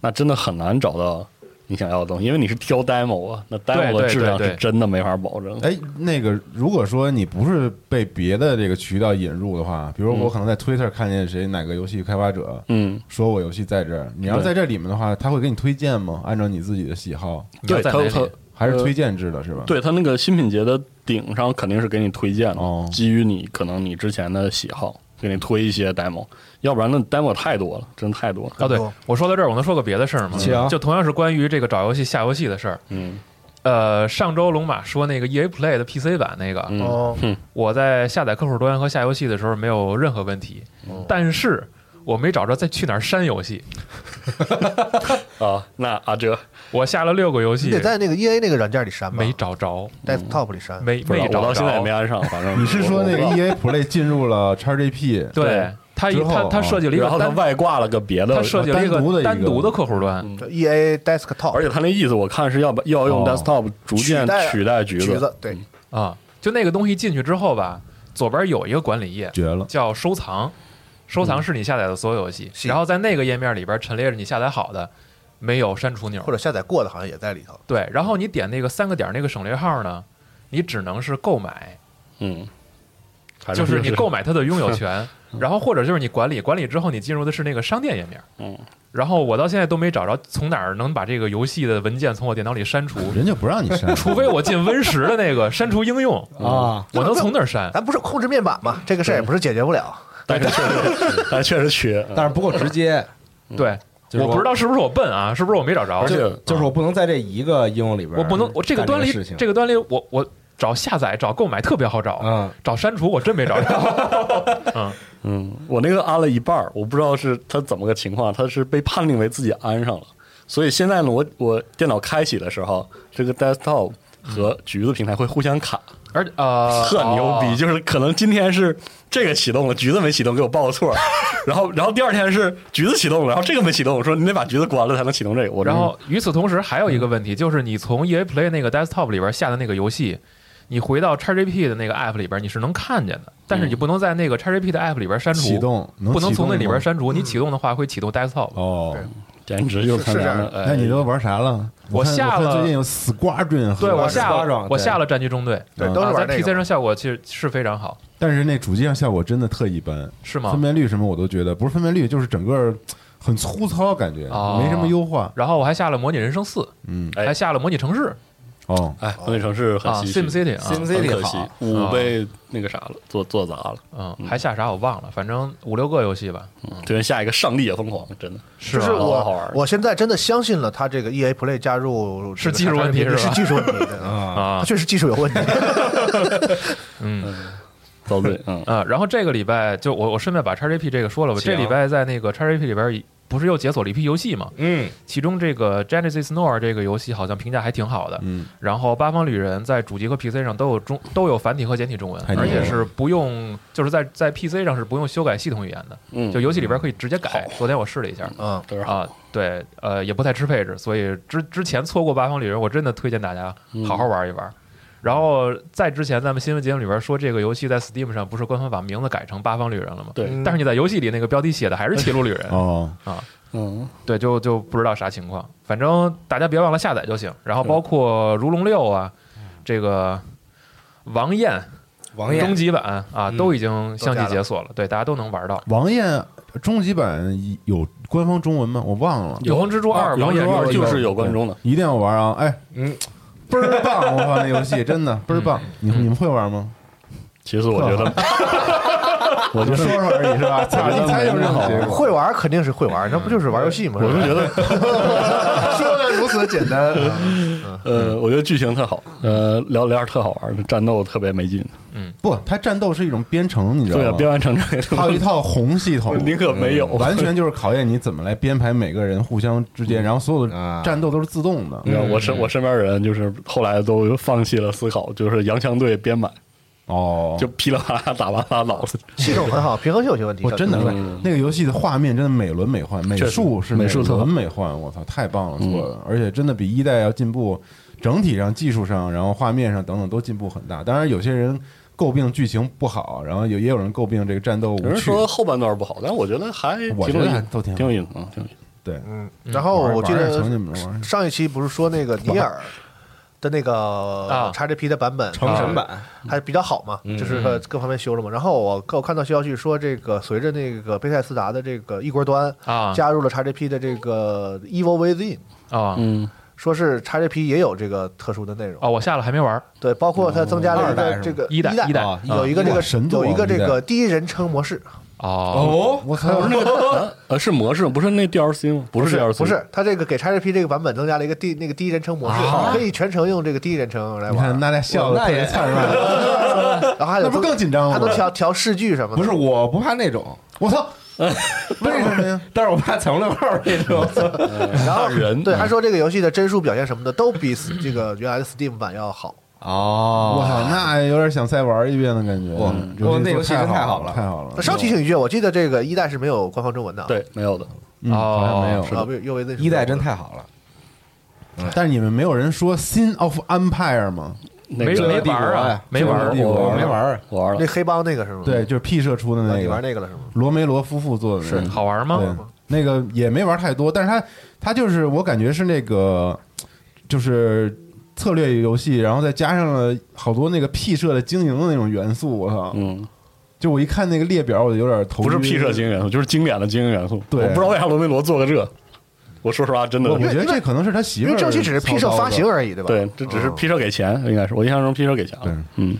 那真的很难找到你想要的东西，因为你是挑 demo 啊，那 demo
对
的质量
对
是
对
真的没法保证。
哎，那个，如果说你不是被别的这个渠道引入的话，比如我可能在 Twitter 看见谁哪个游戏开发者
嗯，
说我游戏在这儿，你要是
对
在这里面的话，他会给你推荐吗？按照你自己的喜好，
你要
对
在
他
哪
他
里？
还是推荐制的是吧？，
呃对他那个新品节的顶上肯定是给你推荐的，
哦
基于你可能你之前的喜好，给你推一些 demo，要不然那 demo 太多了，真太多了。
啊，对
多，
我说到这儿，我能说个别的事儿吗
行？
就同样是关于这个找游戏、下游戏的事儿。
嗯
呃，上周龙马说那个 EA Play 的 PC 版那个，
嗯
哦，
我在下载客户端和下游戏的时候没有任何问题，但是我没找着再去哪儿删游戏。
啊，那阿哲
我下了六个游
你
戏
得，在那个 EA 那个软件里删吧，
没找着，
desktop 里删。
没
不知道
没
我
找
到现在也
着
没。安上，反正
你是说那个 EA Play 进入了 XGP？
对他一
之后
他他
啊
设计了一
然后
个
他
单，
外挂了个别的
他，设计了一
单独的一
个
个
单独的客户端。
嗯
EA E desktop，
而且他那意思我看是要把要用
哦
desktop 逐渐
取代
嗯
取代橘
橘
子，
子对，
啊，就那个东西进去之后吧，左边有一个管理页
绝了，
叫收藏，收藏是你下载的所有游戏，
是
然后在那个页面里边陈列着你下载好的，没有删除钮
或，者下载过的好像也在里头。
对，然后你点那个三个点那个省略号呢，你只能是购买，
嗯，反
就
正
是你购买它的拥有权，然后或者就是你管理，管理之后你进入的是那个商店页面，
嗯，
然后我到现在都没找着从哪儿能把这个游戏的文件从我电脑里删除，，
人家不让你删
*laughs*
除非我进 Win 十的那个删除应用，
啊，
*laughs* 我能从那儿删。
咱不是控制面板嘛，这个事儿也不是解决不了。
但是确实，但是确实嗯缺，
但是不够直接，
对，
就是
我不知道是不是我笨啊，是不是我没找着
而？且
就就是我不能在这一个应用里边，
我不能，我这个端
里
离
事情，
这个端离，我我找下载、找购买特别好找，
嗯，
找删除我真没找着。
嗯，我那个安了一半儿，我不知道是他怎么个情况，他是被判定为自己安上了，所以现在呢，我我电脑开启的时候，这个 desktop 和橘子平台会互相卡，
而呃，
*laughs* 特牛逼，
哦
就是可能今天是这个启动了，橘子没启动，给我报个错儿，然后然后第二天是橘子启动了，然后这个没启动，我说你得把橘子关了才能启动这个，我
然后与此同时还有一个问
嗯
题，就是你从 EA Play 那个 desktop 里边下的那个游戏，你回到 XGP 的那个 app 里边你是能看见的，但是你不能在那
嗯
个 XGP 的 app 里边删除，
启动能
不能
启动
从那里
吗
边删除。你启动的话会启动 desktop。
哦。
简直就是他
是这
娘
样
的，哎
那你都玩啥了？
呃我
看
下
看
了
最近有 Squadron，
对我下
八
了
爪，对
我下了《战区中队》
对，
嗯
都是
啊，在
玩那
PC
个嘛。
上效果其实是非常好，
但是那主机上效果真的特一般，
是
分
吗？
辨率什么我都觉得不是分辨率，就是整个很粗糙，感觉
哦
没什么优化。
然后我还下了《模拟人生四》，
嗯，
哎
还下了《模拟城市》
哦，
哎，那城市很
啊，《
唏
Sim
嘘，
City》啊，
很
SimCity
可惜
好，
五
啊
被那个啥了，做做砸了，
嗯，还下啥我忘了，反正五六个游戏吧。
对，下一个上帝也疯狂，真的
是
就是
吧
好玩
我
儿，
我现在真的相信了他这个 E A Play 加入
是技术问题
这个
是
是
吧
技术
*laughs*
问题对
啊
它，确实技术有问
*laughs*
题。
嗯 *laughs*
遭罪，嗯，
啊，然后这个礼拜就我我顺便把 XGP 这个说了吧，
行
这礼拜在那个 XGP 里边不是又解锁了一批游戏嘛，
嗯，
其中这个 Genesis Noir 这个游戏好像评价还挺好的，
嗯，
然后《八方旅人》在主机和 PC 上都有中都有繁体和简体中文
太，牛
而
了
且是不用就是在在 PC 上是不用修改系统语言的，
嗯
就游戏里边可以直接改。昨天我试了一下，
嗯，
都是好
啊，对，呃，也不太吃配置，所以之之前错过《八方旅人》，我真的推荐大家好好玩一玩。然后在之前咱们新闻节目里边说，这个游戏在 Steam 上不是官方把名字改成《八方旅人》了吗？
对
嗯
但是你在游戏里那个标题写的还是《骑路旅人》
哦，
嗯，
对，就就不知道啥情况。反正大家别忘了下载就行。然后包括《如龙六》啊，这个《王艳
王》
终
爷，
极版啊，
嗯
都已经相继
都加了
解锁了，对，大家都能玩到。
王艳终极版有官方中文吗？我忘了，
永恒之柱二，
有啊
王艳
有
终极
就是有观
嗯
众的，
一定要玩啊！哎，
嗯，
倍儿棒！我靠，那游戏真的倍儿棒！
嗯
你们你们会玩吗？
其实我觉得，我
就
就
说
是
说而已，是吧？操，一猜就是这种结果。
会玩儿肯定是会玩儿，那不就是玩游戏吗？
我是觉得，
*laughs* 说的如此的简
*laughs*
单，
呃，我觉得剧情特好，呃，聊聊特好玩，战斗特别没劲，
不，它战斗是一种编程，你知道
对啊，
吗？
边完成这
还有
*laughs*
一
个，
套红系 *laughs* 统，
你可没
嗯
有，
完全就是考验你怎么来编排每个人互相之间，然后所有的
啊
战斗都是自动的
你。知道我
嗯
身我身边人就是后来都放弃了思考，就是洋枪队编满，
哦，
就噼里啪啦打完拉倒了。
系统很好，平衡性有些问题。
我真的是
嗯
那个游戏的画面真的美轮美奂，美
确实
术是
美术特好嗯
轮美奂，我操，太棒了，做的，而且真的比一代要进步，整体上技术上，然后画面上等等都进步很大。当然，有些人诟病剧情不好，然后有也有人诟病这个战斗
有
无
人
趣，
说后半段不好，但我觉得还挺
我觉
有
得
意
还
思，
都挺好
挺有意思啊，挺有意思。
对，
嗯，然后
玩
我记
玩点
得
成你们玩点
上一期不是说那个尼尔的那个
啊
XGP 的版本啊
成神版，
还比较好嘛，就是说各方面修了嘛。然后我我看到消息说，这个随着那个贝塞斯达的这个一锅端
啊
加入了 XGP 的这个 Evil Within，
啊
嗯，
说是 XGP 也有这个特殊的内容
啊，。我下了还没玩儿
对，包括它增加了一
二代
个
是吗
这个
一代一代
啊
有一个这
哇
个
神作
有
啊
一个这
一代
个第一人称模式，
哦
哦，
我操，
呃，是模式，不是那 DLC 吗？不
不
是 DLC，
不是，它这个给 XGP 这个版本增加了一个第那个第一人称模式，你可以全程用这个第一人称来
你看
玩，
娜娜笑的特别灿
*laughs*
烂，
然后还有
那不更紧张
它
吗
能？调调视距
啊
什么的，
不是，我不怕那种，
*laughs*
我操，为什么呀？
但是我怕彩虹六号那种，
然后
看人
嗯
对，还说这个游戏的帧数表现什么的都比这个原来的 Steam 版要好，
*laughs*
嗯
哦
我操，那有点想再玩一遍的感觉。
哇
嗯
哦那游戏
做
真
太
太好
了，
了
太好了。
稍提醒一句，我记得这个一代是没有官方中文的啊，啊
对，没有的，
嗯好像没有
哦
是吧，右右为那
一代真太好了，
但是你们没有人说 Sin of Empire 吗？
那
没
个
没
帝国
玩儿啊
呀，
没玩
这
儿
个帝国
我
啊
没玩儿，
我玩了
那，黑帮那个是吗？
对，就是 P 社出的
啊，
那
你玩
个
那个了是吗？
罗梅罗夫妇做的那个，
好玩吗？
对，那个也没玩太多，但是他他就是我感觉是那个就是策略游戏，然后再加上了好多那个 P 社的经营的那种元素，我操！
嗯，
就我一看那个列表，我就有点头
不是
晕
P 社经营元素，就是经典的经营元素。
对
我不知道为啥罗梅罗做个这，我说实话，真的
我我觉得这可能是他媳
因
妇
为
儿，
正气只是 P 社发行，而已，对吧？
对，这只是
嗯
P 社给钱，应该是我印象中 P 社给钱
对
了，嗯，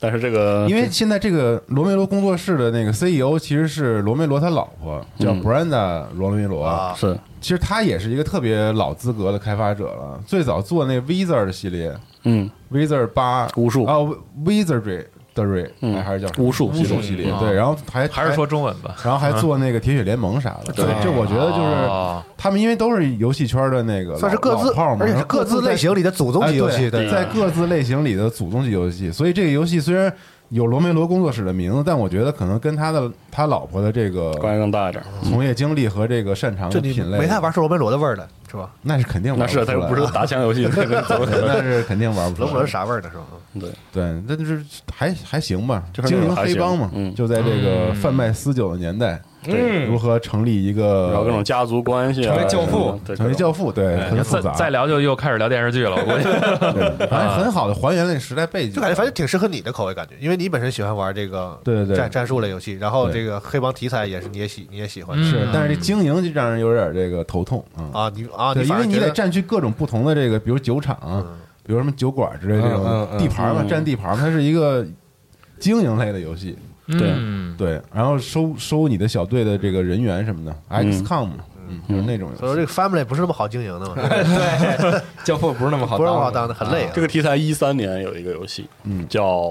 但是这个
因为现在这个罗梅罗工作室的那个 CEO 其实是罗梅罗他老婆，叫
嗯
Brenda 罗梅罗。
啊，
是
其实他也是一个特别老资格的开发者了，最早做那 Wizard 系列
嗯
，Wizard 八
巫术
啊，Wizardry 的 r
嗯
还是叫什么
巫术
巫术系列
嗯
对，哎然后还
还是说，中文吧？
然后
嗯
还做那个铁血联盟啥的，对，这我觉得
啊
就是
哦
他们因为都是游戏圈的那个
算是
老
各自
老炮儿，嘛，
而且
然
是
后
各自
在
类型里的祖宗级游
哎
戏，
对
对，
在各自类型里的祖宗级游戏。所以这个游戏虽然有罗梅罗工作室的名字，但我觉得可能跟他的他老婆的这个
关系更大一点，
从业经历和这个擅长
就
的
你
品类，
没太玩出罗梅罗的味儿来，是吧？
那是肯定玩
那
不
是
出来
它又不是
啊
打枪游戏，那个怎么可能
那是肯定玩不出
罗
来。
梅罗是啥味儿的，是吧？
嗯
对，
对，那就是还还行吧，
就是
精
那
灵
种还
黑
行
帮嘛，
嗯
就在这个贩卖私酒的年代，
对
如何成立一个
然后各种家族关系啊，
成为教父
什么的对，
嗯成为教父，对，很复
再
杂，
再聊就又开始聊电视剧了，我估计。
对反正很好的还原了那时代背景，
就感觉反正挺适合你的口味，感觉，因为你本身喜欢玩这个
对对对
战战术类游戏，然后
对
这个黑帮题材也是你也喜你也喜欢
嗯
是，但是这经营就让人有点这个头痛啊。
啊，你啊，
对，因
反而
为你
觉
得
得嗯
占据各种不同的这个，比如酒厂啊，比如什么酒馆之类这
嗯嗯
种
嗯
地盘嘛，
嗯
占地盘嘛，它是一个经营类的游戏。
对
嗯，
对，然后收收你的小队的这个人员什么的，XCOM 嘛，嗯，就是那种游戏。
所以说这个 family 不是那么好经营的嘛，
教父不是那么好，
不是那么好当的，。很累啊。
这个题材一三年有一个游戏，
嗯
叫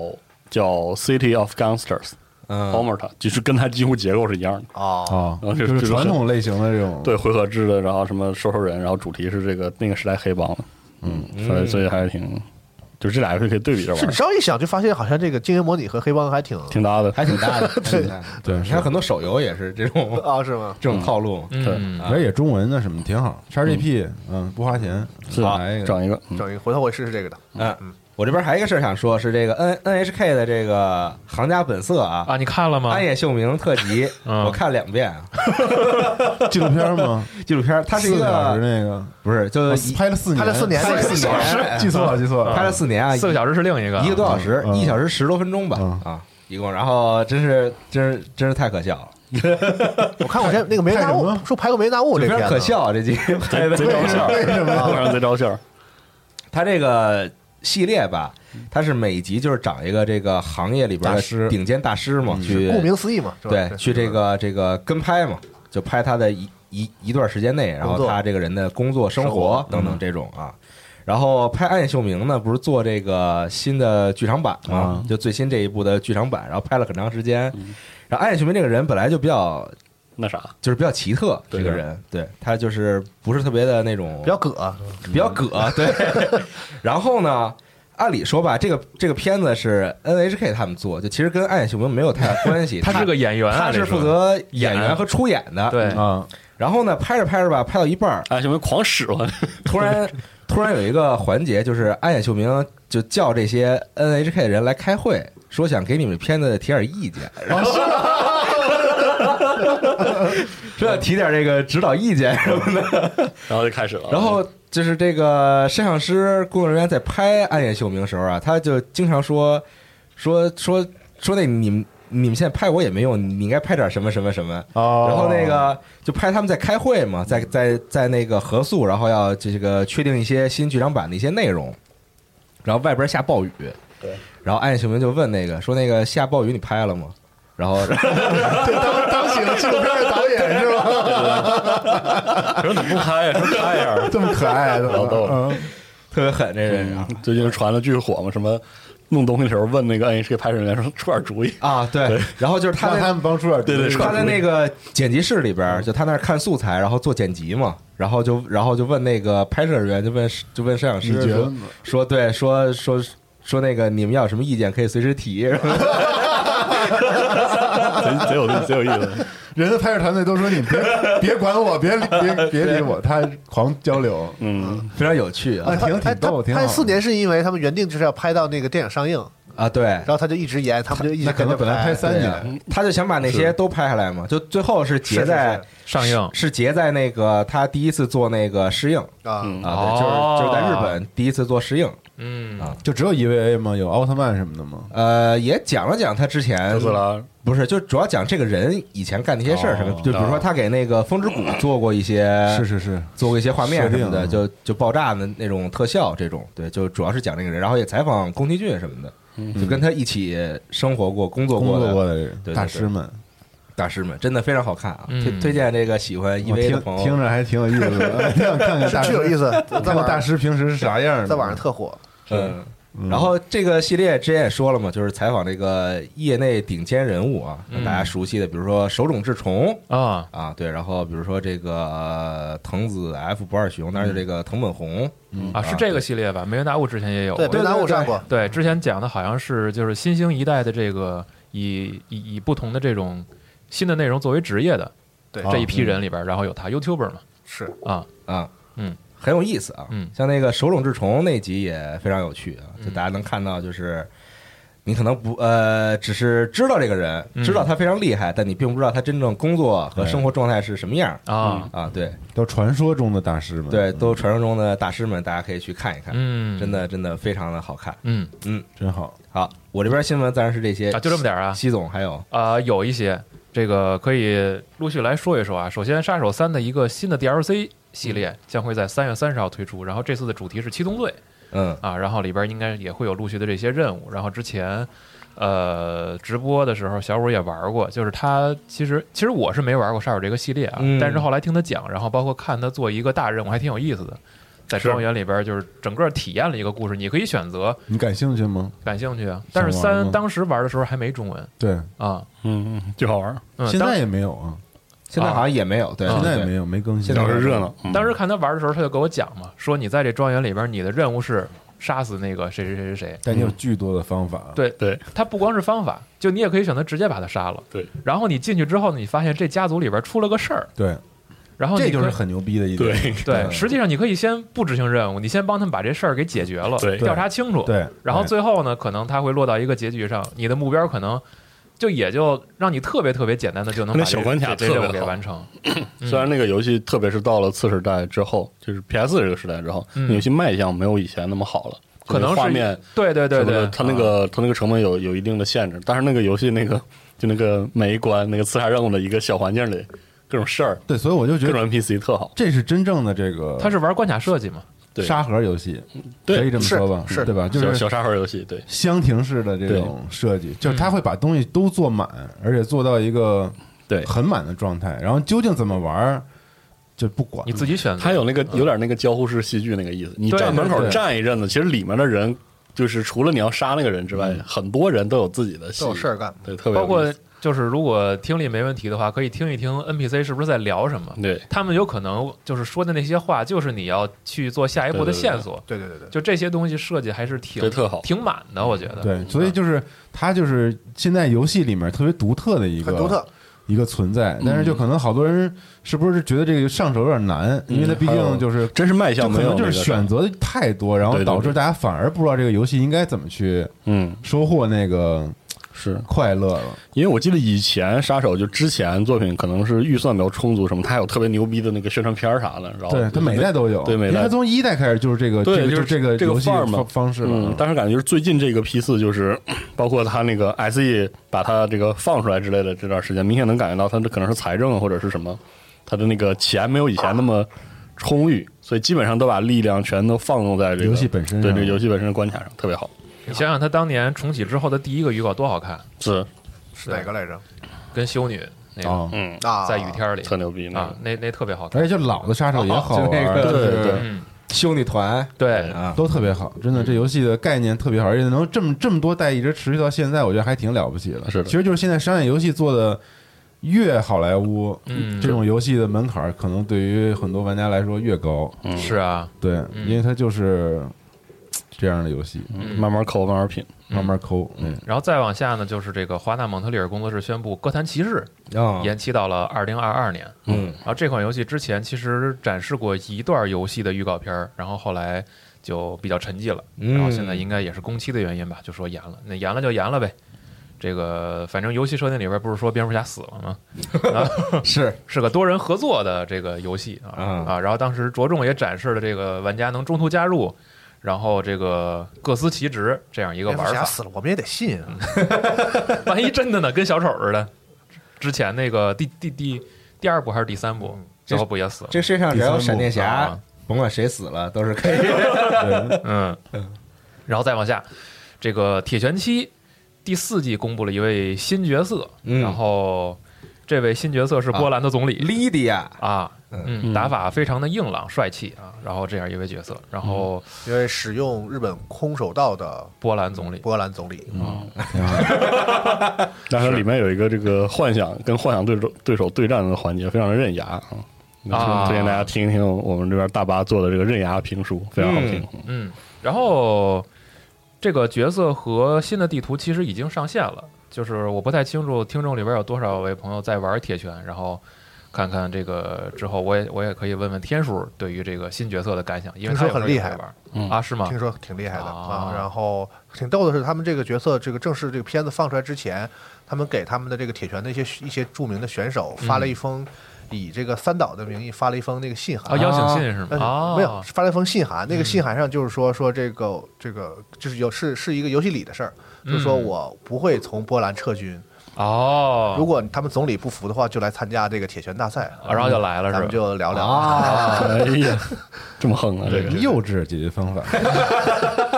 叫 City of Gangsters。
嗯，
Omerta 就是跟它几乎结构是一样的，
哦，
啊，
然后
就
就是是
传统类型的这种，
对回合制的，然后什么收收人，然后主题是这个那个时代黑帮的，嗯，所以所以还是挺，就这俩游戏可以对比着
是
玩
你，稍一想就发现，好像这个经营模拟和黑帮还挺
挺搭的。
还挺大 *laughs* 的，对对，嗯你看很多手游也是这种
啊，是吗？
这种套路，
嗯，
而且也中文的什么挺好。XGP，嗯，不花钱，啊
是
好来一个
整一个，嗯
整一个，回头我也试试这个的。
嗯，我这边还有一个事儿想说，是这个 N N H K 的这个行家本色啊，
啊，你看了吗
安？野秀明特辑，
嗯
我看两遍啊
纪录片吗？
*laughs* 纪录片，它是
四
一
个小时
个
那个，
不是就
哦
一
拍了四年，
拍了四年
拍了四
哎，记
年，
错了，记错了，
拍了四年啊，
四个小时是另一个，
一个多小时，
嗯
一小时十多分钟吧
嗯
啊，一共，然后真是真是真是太可笑了，
我看过这那个《梅纳雾
看什么》，
说拍过《梅纳雾》
有
这片
点
子
可，笑啊这集 *laughs* 拍
贼
的，
招笑，
为什么？
基本上贼招笑，
它这个系列吧，它是每集就是找一个这个行业里边
大
的
师
顶尖大师嘛，去
顾名思义嘛，是吧？
对，去这个这个跟拍嘛，就拍他的一一一段时间内，然
工
后
作
他这个人的工作、生活等等这种啊。然后拍暗夜秀明呢，不是做这个新的剧场版嘛，就最新这一部的剧场版，然后拍了很长时间。然后暗夜秀明这个人本来就比较
那啥，
就是比较奇特，这
对
个人对他就是不是特别的那种
比较葛，啊
比较葛，对。 *laughs* 然后呢，按理说吧，这个这个片子是 NHK 他们做，就其实跟暗夜秀明没有太大关系，
*laughs* 他是个演员，
他
按理
是
说
负责演
演
员和出演的。
对
啊，
然后呢，拍着拍着吧，拍到一半儿，
哎，什么狂使唤，
突 *laughs* 然突然有一个环节，就是安野秀明就叫这些 NHK 的人来开会，说想给你们片子提点意见，然后。说要提点这个指导意见什么的，
然后就开始了，
*laughs* 然后就是这个摄像师工作人员在拍暗夜秀明时候啊，他就经常说说说说那你们你们现在拍我也没用，你应该拍点什么什么什么。
然
然后那个就拍他们在开会嘛，在在在那个合宿，然后要这个确定一些新剧场版的一些内容，然后外边下暴雨，
对，
然后暗夜秀明就问那个说那个下暴雨你拍了吗？然后 *laughs*
当当起了纪录片的导演
*laughs*
是吧？
说怎么不拍呀？说拍呀，
这么可爱的，
老逗了
嗯
特别狠这人啊
最近传的巨火嘛，什么弄东西的时候问那个 NHK 拍摄人员说出点主意，
啊，对，然后就是他
让
在
他们嗯帮出点主意
对对
他在那个剪辑室里边，就他那儿看素材，然后做剪辑嘛，然后就然后就问那个拍摄人员，就问就问摄影
你
师
觉得
说
呢
说对说说说那个你们要有什么意见可以随时提，
贼贼有贼有意思，
人家拍摄团队都说你别别管我，别理别别理我，他狂交流
嗯，
*laughs* 非常有趣啊
啊，挺
哎他
挺逗，挺
他
好
拍
的。
四年是因为他们原定就是要拍到那个电影上映，
啊！对
然，后他就一直延，他们就一直
那可
跟着
能本来拍三
对
年
啊，他就想把那些都拍下来嘛，就最后是结在
上映
是结在那个他第一次做那个试映
啊，
嗯
啊，对，
哦
就是就是在日本第一次做试映，
嗯
啊
就只有 EVA 吗？有奥特曼什么的吗？
呃，也讲了讲他之前
特斯拉
不是，就主要讲这个人以前干的一些事儿什么，就比如说他给那个风之谷做过一些
哦啊是是是，
做过一些画面什么的，
设定啊
就就爆炸的那种特效这种，对，就主要是讲这个人，然后也采访宫崎骏什么的，就跟他一起生活过、工作
嗯工
过
作过
的
的
对对
大师们，
大师们，真的非常好看啊！
嗯
推推荐这个喜欢
我
EV E 的
听
朋
听
友，
着还挺有意思的，挺想看
哦
看大
是
师
是有意思，在
看看
网
大
上
师平时是啥样的，
在网上特火，
嗯。
嗯。
然后这个系列之前也说了嘛，就是采访这个业内顶尖人物啊，
嗯
大家熟悉的，比如说手冢治虫，
啊，
啊，对，然后比如说这个、呃藤子 F 不二雄，当然就这个藤本弘，
啊，是这个系列吧？梅园大悟之前也有，
对，
对
北南
对
我上
对
过，
对，之前讲的好像是就是新兴一代的这个以以以不同的这种新的内容作为职业的
对
这一批人里边，然后有他 YouTuber 嘛
是
啊，
啊，
嗯，
很有意思啊，
嗯
像那个手冢治虫那集也非常有趣啊，就大家能看到就是。你可能不呃，只是知道这个人，
嗯
知道他非常厉害，但你并不知道他真正工作和生活状态是什么样儿
啊，
啊。对
都传说中的大师们，
对，
嗯
都传说中的大师们，大家可以去看一看，
嗯，
真，的真的非常的好看。
嗯
真好。
好，我这边新闻自然是这些
啊，就这么点儿啊，
西总还有
啊，有一些这个可以陆续来说一说啊。首先，《杀手三》的一个新的 DLC 系列将会在三月三十号推出，然后这次的主题是七宗罪
嗯
啊，然后里边应该也会有陆续的这些任务。然后之前呃直播的时候，小五也玩过，就是他其实其实我是没玩过杀手这个系列啊，
嗯
但是后来听他讲，然后包括看他做一个大任务，还挺有意思的。在
是
庄园里边，就是整个体验了一个故事，你可以选择
你感兴趣吗？
感兴趣啊。但是
想玩
三
吗
当时玩的时候还没中文
对，
啊，
嗯，嗯就好玩儿，
嗯，
现
当
在也没有啊，
现在好像也没有，对，
啊
现在也
嗯对
没有，没更
现。
新
在
要是热闹，嗯
当时看他玩的时候，他就给我讲嘛，说你在这庄园里边，你的任务是杀死那个谁谁谁谁谁。
但你有巨多的方法，
对
对，
他不光是方法，就你也可以选择直接把他杀了。
对，
然后你进去之后呢，你发现这家族里边出了个事儿，
对，
然后你
这就是
可以
很嗯牛逼的一点。
对
对。实际上你可以先不执行任务，你先帮他们把这事儿给解决了，
对
调查清楚。，
对，
然后
对
最后呢，可能他会落到一个结局上，你的目标可能就也就让你特别特别简单的就能把
那
这
小关卡
这
特
这
别
任务给
好
完成。
虽然那个游戏，特别是到了次世代之后，就是 PS 这个时代之后，
嗯
那游戏卖相没有以前那么好了，
可能
就是画面
对对对
什么的
对，
它那个它那个成本有有一定的限制，但是那个游戏那个就那个每一关那个刺杀任务的一个小环境里，各种事儿，
对，所以我就觉
各
得
种 NPC 特好，
这是真正的这个，
他是玩关卡设计嘛？
对
沙盒游戏，
对
可以这么说吧，
是是
对吧？就
小
是
小沙盒游戏，对
箱庭式的这种设计，就是他会把东西都做满，而且做到一个
对，
很满的状态，然后究竟怎么玩儿就不管
你。自己选择。
它有那个有点那个交互式戏剧那个意思，你
对
站门口
对对
站一阵子，其实里面的人就是除了你要杀那个人之
嗯
外，很多人都有自己的戏
都有事儿干，
对，特别
包
有
括
意思
就是如果听力没问题的话，可以听一听 NPC 是不是在聊什么。
对
他们有可能就是说的那些话，就是你要去做下一步的
对对对
线索。
对对对对，
就这些东西设计还是挺
对特好
挺满的，我觉得。
对，所以就是它就是现在游戏里面特别独特的一个
很独特，
一个存在，但是
嗯
就可能好多人是不是觉得这个上手有点难，因为它毕
还有
竟就是
真是卖
就
相
可
没有
能就
那
是
个事儿
选，择太多，然后
对对
导致
对
大家反而不知道这个游戏应该怎么去
嗯，
收获那个
是
快乐了。
因为我记得以前杀手就之前作品可能是预算比较充足什么，它还有特别牛逼的那个宣传片儿啥的，然后
对，它每代都有，
哦对每
因为它
代
从一代开始就是这个，
对
呃这个
就是
这个
这个
游戏
范儿嘛
方方式
嗯
了，。啊
但是感觉就是最近这个 P 四就是，包括它那个 SE 把它这个放出来之类的这段时间，明显能感觉到它这可能是财政或者是什么，它的那个钱没有以前那么充裕，所以基本上都把力量全都放纵在这个
游戏本身
对
上
这个游戏本身的关卡上，特别好。
你想想，他当年重启之后的第一个预告多好看，
是，
是哪个来着？
跟修女那个
啊，
嗯，
啊，
在雨天里
特牛逼那
啊
个，，
那那特别好看。
而且就老的杀手
*laughs*
也好啊
就
玩
那个
儿，
对对
嗯，
兄弟团
对，
啊，
都特别好，真的，这游戏的概念特别好，而且能这么这么多代一直持续到现在，我觉得还挺了不起的。
是的
其实就是现在商业游戏做的越好莱坞，
嗯
这种游戏的门槛儿可能对于很多玩家来说越高，
嗯
是啊，
对，
嗯
因为它就是这样的游戏，
嗯
慢慢抠，慢慢品。
慢慢抠。嗯，
然后再往下呢，就是这个华纳蒙特利尔工作室宣布《哥谭骑士
啊》，
延期到了二零二二年。
嗯，
然后这款游戏之前其实展示过一段游戏的预告片儿，然后后来就比较沉寂了。
嗯
然后现在应该也是工期的原因吧，就说延了。那延了就延了呗。这个反正游戏设定里边不是说蝙蝠侠死了吗？
是
是个多人合作的这个游戏啊
嗯
啊！然后当时着重也展示了这个玩家能中途加入，然后这个各司其职这样一个
蝙蝠
玩
侠
法。嗯
死哎了，我们也得信啊！
*laughs* 万一真的呢？跟小丑似的，之前那个第第第第二部还是第三部，最后不也死了？
这世界上只要有
第三
闪
部
电侠
啊，
甭管谁死了都是可以。
对，
嗯，然后再往下，这个《铁拳七》第四季公布了一位新角色，
嗯
然后这位新角色是波兰的总理
Lydia，
啊，嗯，
嗯
打法非常的硬朗帅气啊，然后这样一位角色，然后
因为使用日本空手道的
波兰总理，
波兰总理，
嗯
啊
但是里面有一个这个幻想跟幻想对手对手对战的环节，非常的刃牙啊。
啊
推荐大家听一听我们这边大巴做的这个刃牙评书，非常好听。
嗯，然后这个角色和新的地图其实已经上线了，就是我不太清楚听众里边有多少位朋友在玩铁拳，然后看看这个之后，我也我也可以问问天叔对于这个新角色的感想，因为他
听说很厉害
有时候也会玩、
嗯
啊，是吗
听？说挺厉害的
啊
啊。然后挺逗的是，他们这个角色，这个正式这个片子放出来之前，他们给他们的这个铁拳的一些一些著名的选手
嗯
发了一封以这个三岛的名义发了一封那个信
啊，
函。
邀请信是吗？
但是
啊，嗯
没有，发了一封信函，那个信函上就是说说这个这个就是有是是一个游戏里的事儿，就是说
嗯
我不会从波兰撤军，
哦，
如果他们总理不服的话，就来参加这个铁拳大赛。嗯
啊然后就来了
咱
是
们
吧？
就聊聊 *laughs*
啊，
哎呀，这么横啊，这个
幼稚解决方法，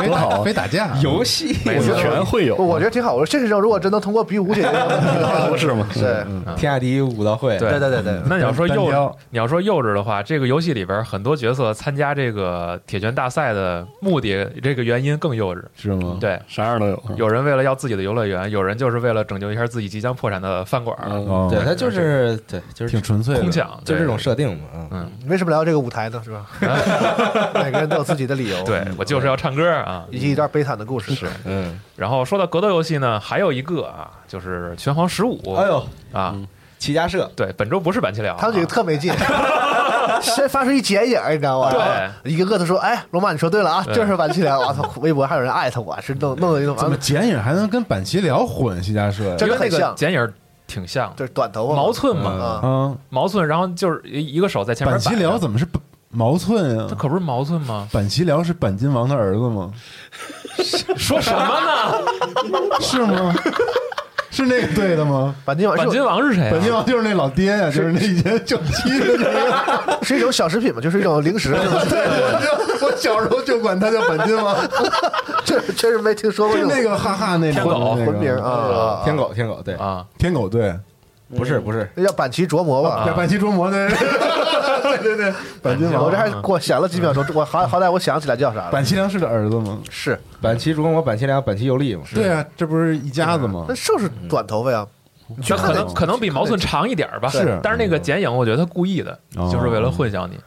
非
多好
打
啊
非打架，
游戏
没错
全会有，
不我觉得挺好。我说这事情如果真能通过比武解决，
*laughs*
不是吗？
对
嗯
天下第一武道会，
对
对对对对，
那你要说
单
幼
挑，
你要说幼稚的话，这个游戏里边很多角色参加这个铁拳大赛的目的，这个原因更幼稚。
是吗？
对，
啥样都有。嗯
有人为了要自己的游乐园，有人就是为了拯救一下自己即将破产的饭馆儿，
嗯，
哦，
对，他就是对，就是
挺纯粹的，
空降，
就
对
这种设定嘛，嗯
嗯，
你为什么来到这个舞台呢？
*laughs*
是吧？每个人都有自己的理由。
对我就是要唱歌啊。
以及一段悲惨的故事。是，
嗯，
然后说到格斗游戏呢，还有一个啊，就是《拳皇十五
哎》呦，
啊，
齐家社，
对，本周不是板啊崎辽，
他们几个特没劲， *laughs* 先发出一剪影，你知道吗？
对
然后一个个的说：“哎，罗马，你说对了啊，
对
就是完气良。”我操，微博还有人艾特我，是弄弄的一种
怎么剪影还能跟板崎辽混西家社呀？
真
因为
的
那
很
个
像
剪影儿挺像，
就是短头发嘛
毛寸嘛，
啊。
啊，
毛寸，然后就是一一个手在前面
板
摆着。
崎辽怎么是板毛寸
他
啊？？
可不是毛寸吗
*laughs* 板崎辽是板金王的儿子
*laughs*
吗？
说什么呢？
是吗？ *laughs* 是那个对的吗？
板金
*laughs*
网
板金王是谁啊？
本金王就是那老爹呀、就是那以前正妻的那
*laughs*
*laughs*
个。
是一种小食品嘛，就是一种零食，
对，我就我小时候就管他叫本金
*laughs*
王，
这 *laughs* 确实没听说过
就
这
那
种
个哈哈那
天狗
那个
魂名啊，啊
天，狗，天狗，对，
啊，
天狗对，
不是不是，
那叫板崎琢磨吧。
板崎
*laughs*
琢磨的，对对对，啊板金
我
王
这。还给我想了几秒钟，我好好歹我想起来叫啥了。
板崎良是的儿子吗？
是，
板崎竹跟我板崎良、板崎游利嘛，
对啊，这不是一家子吗
那？就是短头发呀，
那可能可能比毛寸长一点儿吧，
是
但是那嗯个剪影，我觉得他故意的，
哦
就是为了混淆你。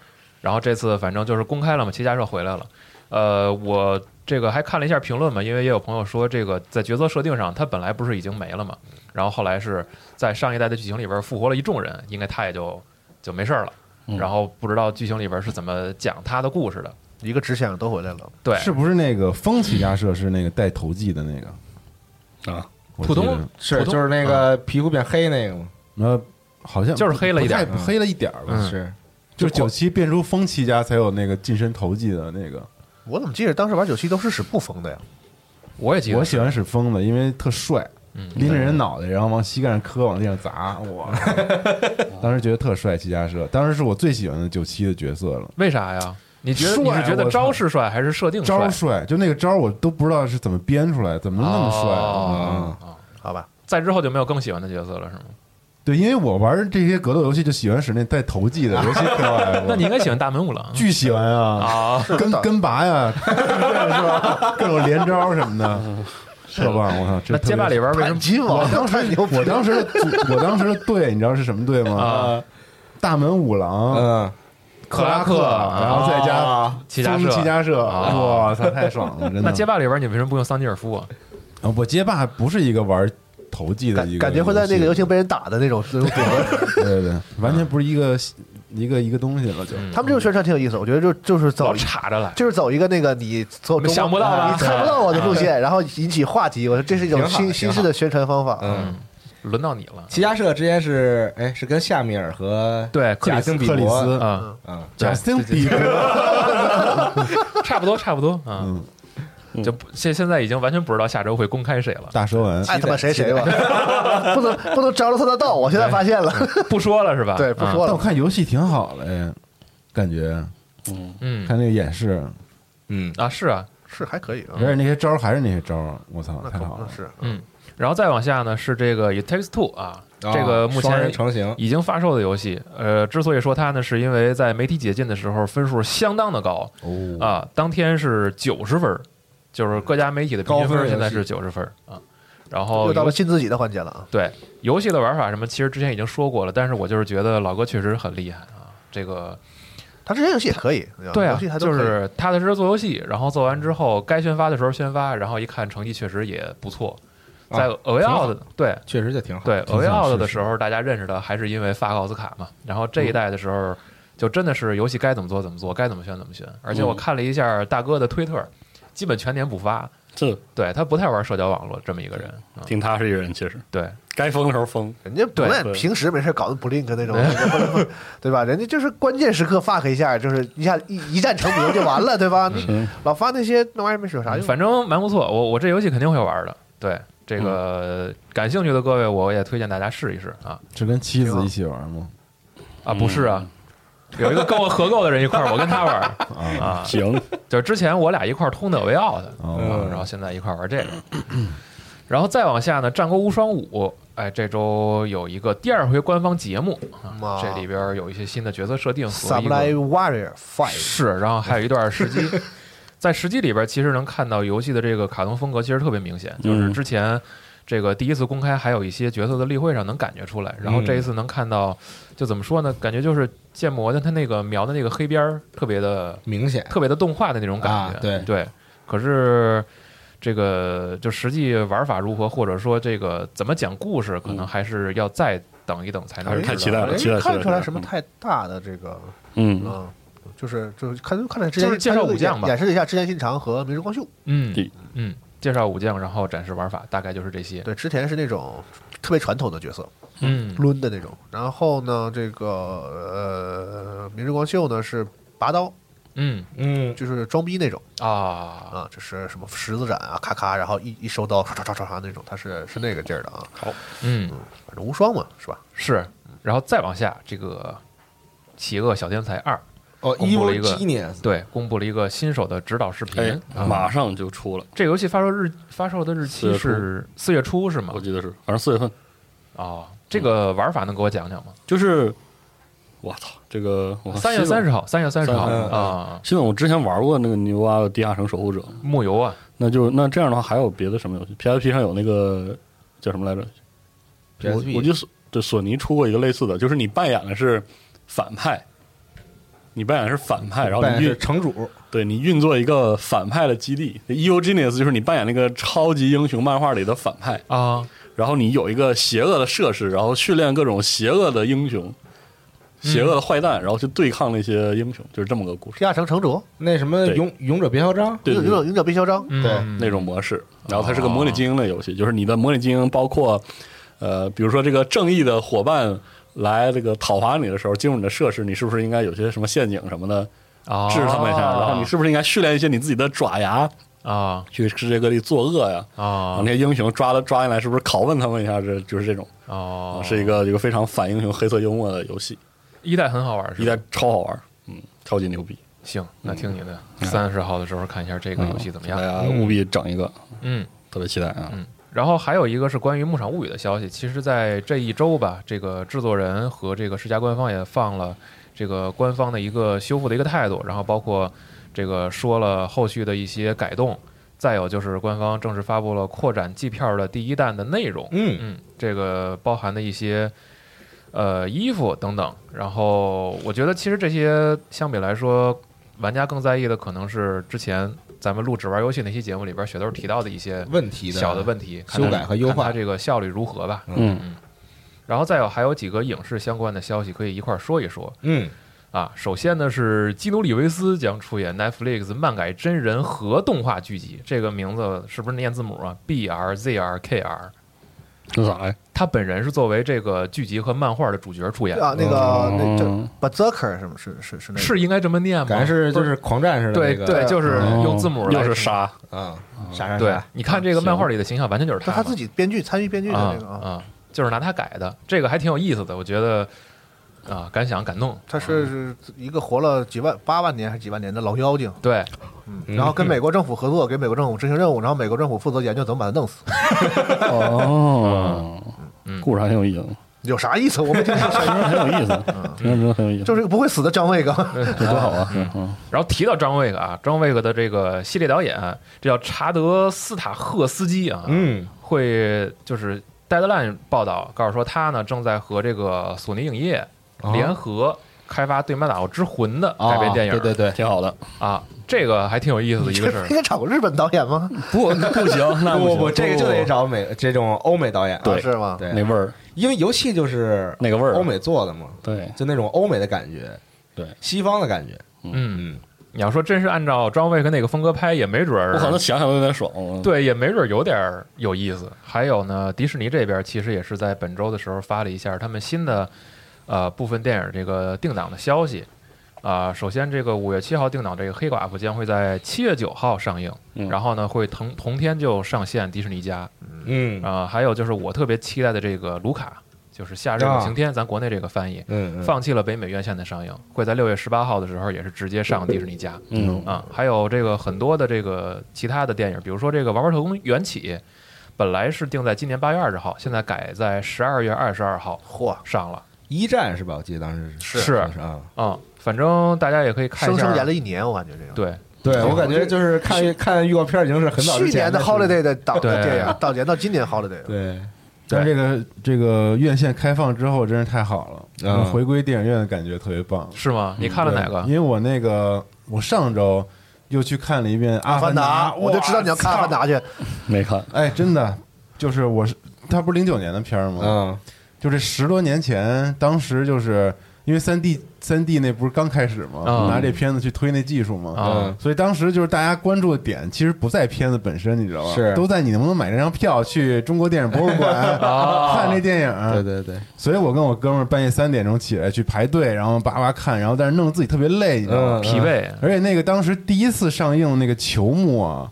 然后这次反正就是公开了嘛，齐家社回来了。呃，我这个还看了一下评论嘛，因为也有朋友说这个在角色设定上，他本来不是已经没了嘛，然后后来是在上一代的剧情里边复活了一众人，应该他也就就没事儿了。
嗯
然后不知道剧情里边是怎么讲他的故事的。
一个只想都回来了。
对，
是不是那个风起家社是那个戴头髻的那个
啊？
我
普
记得
通
是
普通
就是那个皮肤变黑那个嘛，
呃，好像
就是黑了一点儿
不太黑了一点儿吧？
嗯
是
就是九七变出风七家才有那个近身头髻的那个。
我怎么记得当时玩九七都是使布封的呀？
我也记得，
我喜欢使风的，因为特帅，
嗯
拎着人脑袋，然后往膝盖上磕，往地上砸，哇！当时觉得特帅，齐家社，当时是我最喜欢的九七的角色了。
为啥呀？你觉得
帅
你是觉得
我操
招式帅还是设定
招
帅
儿？帅，就那个招儿我都不知道是怎么编出来，怎么能那么帅
哦
啊？
哦
好吧，
在之后就没有更喜欢的角色了，是吗？
对，因为我玩这些格斗游戏就喜欢使那带头髻的，尤其可爱
*laughs* 。那你应该喜欢大门五 *laughs* 郎
巨喜欢啊，
啊！
跟跟拔呀， *laughs* 是吧？各种连招什么的，特棒！我操，这
嗯那街霸里边 *laughs* 为什
板
么
金
我
王
当时我当时的组我当时的队，你知道是什么队吗？
啊
呃
大门五郎、
嗯
克拉
克
克，
啊
然后再加
啊，
齐家
风
社，
七家社，
啊
哇操，太爽了！真
那
的。
街霸里边你为什么不用桑吉尔夫啊？
啊我街霸不是一个玩投技的
感
一个，
感觉会在那个游戏被人打的那种那种组合。
对对对，完全不是一个一个一个东西了，
嗯
就
他们这个宣传挺有意思，我觉得就就是走
老插着来，
就是走一个那个你走中啊
想不到吧
你猜不到我的路线，然后引起话题。我说这是一种
挺好
新
挺
新
好
式的宣传方法。
嗯，
轮到你了。
齐家社之前是哎是跟夏米尔和
对克里
贾
斯
斯汀比
克里
伯
斯、
嗯，
嗯，
贾斯汀比伯，
差不多，差不多，嗯，就不现现在已经完全不知道下周会公开谁了，
*laughs* 大蛇丸，
爱他妈谁谁吧， *laughs* 不能不能着了他的道。我现在发现
啊
了，
*laughs* 不说了是吧？
对，不
嗯
说
但我
了。
看游戏挺好的，哎感觉
嗯
看那个演示，
嗯，
啊是啊，
是还可以啊
嗯
而，且那些招儿还是那些招儿，我操，
那
太
可
好
不
啊
了！
是
嗯，然后再往下呢是这个 It Takes Two 啊，
啊
这个目
双人
前
成型，
已经发售的游戏，呃，之所以说它呢，是因为在媒体解禁的时候分数相当的高
哦，
啊，当天是九十分儿，就是各家媒体的平均
高分游
分
戏
现在是九十分儿啊，然后
又
哦
到了信自己的环节了啊。
对游戏的玩法什么，其实之前已经说过了，但是我就是觉得老哥确实很厉害啊，这个
他这些游戏也可以，
对啊
游戏，他都
就
可以
是踏踏实实做游戏，然后做完之后该宣发的时候宣发，然后一看成绩确实也不错，
啊
在俄
挺
奥
好
的对
确实就挺好，
对，
挺
俄维
想
奥
试
的的
试
时候，大家认识的还是因为发个奥斯卡嘛。然后这一代的时
嗯
候，就真的是游戏该怎么做怎么做，该怎么宣怎么宣。而
嗯
且我看了一下大哥的推特，基本全年不发。
这
对他不太玩社交网络，这么一个人。嗯
挺踏实一个人，其实
对，
该疯的时候疯，
人家不
对
赖
对
平时没事搞得不 link
*laughs*
那种，对吧？人家就是关键时刻 fuck 一下，就是一下一一战成名就完了，对吧？你老发那些那玩意儿没有啥用。
反正蛮不错。我我这游戏肯定会玩的。对这
嗯
个感兴趣的各位，我也推荐大家试一试啊
是跟妻子一起玩吗？
啊！不是啊，有一个跟我合购的人一块儿，我跟他玩儿
嗯 *laughs* 啊，
啊。
行，
就是之前我俩一块儿通的维奥的，
哦
嗯然后现在一块儿玩这个， *clears throat* 然后再往下呢，《战国无双五》，哎，这周有一个第二回官方节目啊
哇，
这里边有一些新的角色设定和一
Samurai
个
Warrior Five，
是，然后还有一段时机，在时机里边其实能看到游戏的这个卡通风格其实特别明显，就是
嗯
之前。这个第一次公开还有一些角色的例会上能感觉出来，然后这一次能看到，就怎么说呢？感觉就是建模的它那个描的那个黑边儿特别的
明显，
特别的动画的那种感觉。
啊对
可是这个就实际玩法如何，或者说这个怎么讲故事，
嗯
可能还是要再等一等才
哎
能
还
知道。
是太期待了
人
期待
家
期待
看不出来什么
嗯
太大的这个，
嗯，
嗯，就是就是看看了之前
就是介绍武将吧
演示了一下织田信长和明日光秀。
嗯
对
嗯，介绍武将，然后展示玩法，大概就是这些。
对，织田是那种特别传统的角色，
嗯
抡的那种。然后呢，这个呃，明日光秀呢是拔刀，
嗯
嗯，
就是装逼那种。
啊，
啊，就是什么十字斩啊，咔咔，然后一一收刀，唰唰唰唰唰那种，它是是那个劲儿的啊。
嗯
反正无双嘛，是吧？
是，然后再往下这个。邪恶小天才二，
哦
公布了
，Evil
一个
Genius，
对，公布了一个新手的指导视频
*laughs* 哎。，
啊
马上就出了，
这游戏发售日发售的日
四
期
月初
是四月初是吗
我？记得是，反正四月份，
啊，这个玩法能给我讲讲吗？
就是，我操，这个我看
三月
新
三
闻
十号，三月三十号
嗯
啊，
新闻我之前玩过那个女娲的《地下城守护者》，
木游啊，
那就那这样的话，还有别的什么游戏？PSP 上有那个叫什么来着？
PSP
我我就对索尼出过一个类似的，就是你扮演的是反派，你扮演的是反派，然后
扮
你
演是
运
城主，
对你运作一个反派的基地。Evil Genius 就是你扮演那个超级英雄漫画里的反派，
啊，
然后你有一个邪恶的设施，然后训练各种邪恶的英雄、
嗯
邪恶的坏蛋，然后去对抗那些英雄，就是这么个故事。
地下城城主，
那什么
对
勇勇者别嚣张，
对
勇
对对
者勇者必嚣张，
嗯
对
那种模式。然后它是个模拟经营的游戏，就是你的模拟经营包括，呃，比如说这个正义的伙伴来这个讨伐你的时候，进入你的设施，你是不是应该有些什么陷阱什么的
啊
制他们一下？然后你是不是应该训练一些你自己的爪牙
啊
去世界各地作恶呀？然后
啊
那些英雄抓了抓进来，是不是拷问他们一下？这就是这种，啊
哦，
是一个一个非常反英雄、黑色幽默的游戏，
一代很好玩，
一
是吧
代嗯超好玩，嗯，超级牛逼。
行，那听你的三十号的时候看一下这个游戏怎么样，
大家哎务必整一个，
嗯。
特别期待啊！
然后还有一个是关于《牧场物语》的消息，其实，在这一周吧，这个制作人和这个世嘉官方也放了这个官方的一个修复的一个态度，然后包括这个说了后续的一些改动，再有就是官方正式发布了扩展季票的第一弹的内容，
嗯，
嗯，这个包含的一些呃衣服等等。然后我觉得其实这些相比来说，玩家更在意的可能是之前咱们录只玩游戏那期节目里边雪豆提到的一些
问题的
小的问题，看
修
它
改和优
看
化
它这个效率如何吧。
嗯
然后再有还有几个影视相关的消息可以一块儿说一说。
嗯，
啊，首先呢是基努里维斯将出演 Netflix 漫改真人和动画剧集，这个名字是不是念字母啊？B R Z R K R。
这啥呀？
他本人是作为这个剧集和漫画的主角出演，
啊，那个那这
嗯
Berserker 什么是是是那个
是应该这么念吗？
感觉是就是狂战似的
嗯对
那个
对，就是
哦
用字母来
又是
说
杀，
啊，啥啥
对
啥，，
你看这个漫画里的形象完全就是
是他
嘛
自己编剧参与编剧的
啊
那个啊，
啊，就是拿他改的，这个还挺有意思的，我觉得啊，敢想敢弄，
他是一个活了几万八万年还是几万年的老妖精，
对，
然后跟美国政府合作，给美国政府执行任务，然后美国政府负责研究怎么把他弄死，
哦，故事还挺有意思，
有啥意思？我们听听
真的很有意思，真的真的很有意思，
就是个不会死的张卫刚，
这多好啊！嗯
然后提到张卫克啊，张卫克的这个系列导演，这叫查德斯塔赫斯基啊，
嗯
会就是《Deadline》报道告诉说，他呢正在和这个索尼影业
哦
联合开发《对马岛之魂》的
啊
改编电影，
对对
*laughs*
对，
挺好的，
啊，这个还挺有意思的一
*laughs* 这
个
*laughs*
不
事儿
应。该找个日本导演吗？
不不行，那
不不
不
不，这个就得找美这种欧美导演啊，
啊是吗？
对
那味儿，
因为游戏就是
那个
啊
味儿
欧美做的嘛，
对，
就那种欧美的感觉，
对
西方的感觉，
嗯，
嗯，
你要说真是按照张卫克那个风格拍，也没准儿
我可能想想都有点爽。，
对，也没准儿有点儿有意思。还有呢，迪士尼这边其实也是在本周的时候发了一下他们新的呃部分电影这个定档的消息。啊、首先这个五月七号定档这个《黑寡妇》将会在七月九号上映，
嗯
然后呢会同同天就上线迪士尼家。
嗯
啊、还有就是我特别期待的这个《卢卡》，就是《夏日的
啊
晴天》，咱国内这个翻译。
嗯嗯，
放弃了北美院线的上映，会在六月十八号的时候也是直接上迪士尼家。
嗯，
啊，还有这个很多的这个其他的电影，比如说这个《玩玩特工缘起》，本来是定在今年八月二十号，现在改在十二月二十二号
嚯，
上了。
一战是吧？我记得当时
是
是是啊，
嗯，反正大家也可以看一
生
下。
生演了一年，我感觉这个。
对，
对我感觉就是看看预告片已经是很早
去
之
年
前
的
事情
Holiday 的导的
对
电影，到延到今年 Holiday，
对，
但这个这个院线开放之后，真是太好了，
嗯
回归电影院的感觉特别棒。
是吗？你看了哪
对
个
因？为我那个我上周又去看了一遍《阿
阿凡
达
达，》，我就知道你要看《阿凡
哇。
达》去。
没看，
哎，真的，就是我是它不是零九年的片儿吗？
嗯
就是十多年前，当时就是因为三 D 三 D 那不是刚开始吗？
嗯
拿这片子去推那技术吗？
啊
嗯，
所以当时就是大家关注的点，其实不在片子本身，你知道吧？
是
都在你能不能买这张票去中国电影博物馆
*laughs*
啊
看这电影。
哦对对对，
所以我跟我哥们儿半夜三点钟起来去排队，然后叭叭看，然后但是弄得自己特别累，你知道
嗯
吗？
疲惫
而且那个当时第一次上映那个球幕啊，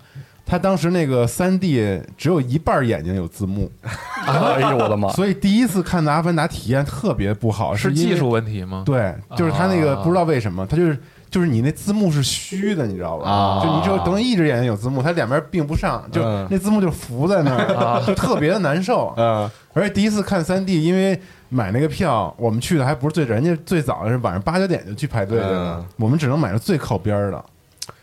它当时那个三 D 只有一半眼睛有字幕，
哎呦我的
*laughs*
妈！
所以第一次看的《阿凡达》体验特别不好，
啊是
因为
技术问题吗？
对，就是它那个
啊
不知道为什么，它就是就是你那字幕是虚的，你知道吧？
啊
就你只有等于一只眼睛有字幕，它两边并不上，就
嗯啊
那字幕就浮在那儿，就特别的难受。
嗯
而且第一次看三 D，因为买那个票，我们去的还不是最早，人家最早是晚上八九点就去排队的呢，
嗯
我们只能买到最靠边儿的。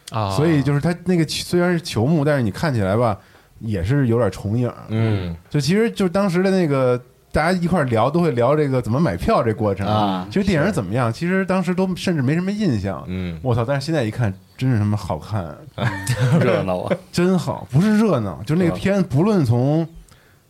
啊，
所以就是它那个虽然是球幕，但是你看起来吧，也是有点重影。
嗯
就其实就是当时的那个大家一块儿聊，都会聊这个怎么买票这过程
啊
其实电影怎么样，其实当时都甚至没什么印象。
嗯
我操！但是现在一看，真是他妈好看，
热闹啊！
真好，不是热闹，就那个片，不论从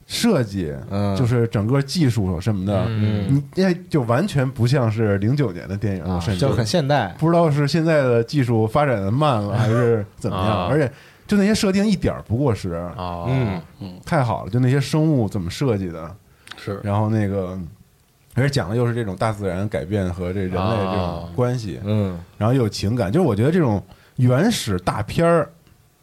设计，
嗯
就是整个技术什么的，
嗯
你那就完全不像是零九年的电影了，
啊
甚，至
就很现代，
不知道是现在的技术发展的慢了，还是怎么样。
啊
而且就那些设定一点儿不过时，
啊，
嗯
太好了！就那些生物怎么设计的，
是
然后那个，而且讲的又是这种大自然改变和这人类这种关系，
嗯
然后又有情感。就是我觉得这种原始大片儿，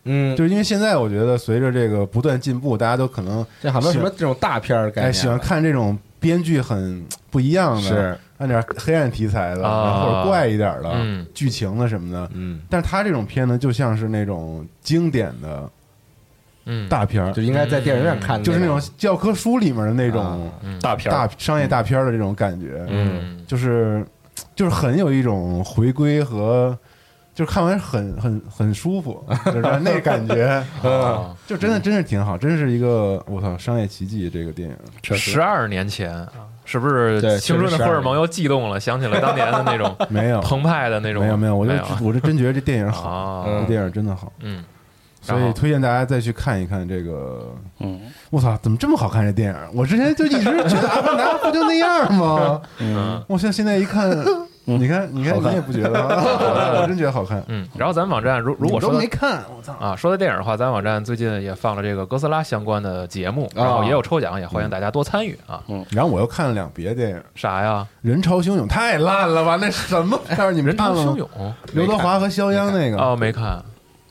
嗯，
就是因为现在我觉得随着这个不断进步，大家都可能
这好像没有什么这种大片儿的概
哎
念，啊
喜欢看这种编剧很不一样的，
是
按点黑暗题材的，
啊
或者怪一点的、
嗯
剧情的什么的。
嗯，
但是他这种片呢，就像是那种经典的
嗯，
大片儿，
就应该在电影院看的，
嗯就是那种教科书里面的那种
啊
大片
大
儿，嗯
商业大片儿的这种感觉。
嗯
就是就是很有一种回归和，就是看完很很很舒服，就是那感觉，
啊，
就真的真是挺好，真是一个我操商业奇迹这个电影，
确实
十二年前啊是不是
对
青春
确
的
实
荷
是
尔蒙又悸动了？想起了当年的那种
没有
澎湃的那种，
啊没有没有，我就
没有
我就真觉得这
*laughs*
电影好，
啊，
这电影真的好，
嗯，然
所
后
以推荐大家再去看一看这个。
嗯
我操，怎么这么好看这电影？我之前就一直觉得阿凡达不就那样吗？
嗯
我现现在一看，你看你看你也不觉得吗，我真觉得好看。
嗯，然后咱们网站如如果说
你们都
到
没看，我操，
啊，说到电影的话，咱网站最近也放了这个哥斯拉相关的节目，
啊
然后也有抽奖，也欢迎大家多参与啊。
然后我又看了两别的电影，《
啥呀？
人潮汹涌》太烂了吧？那什么片儿？你们
人
看
潮
了
汹
吗？
涌
刘德华和肖央那个
哦，没看，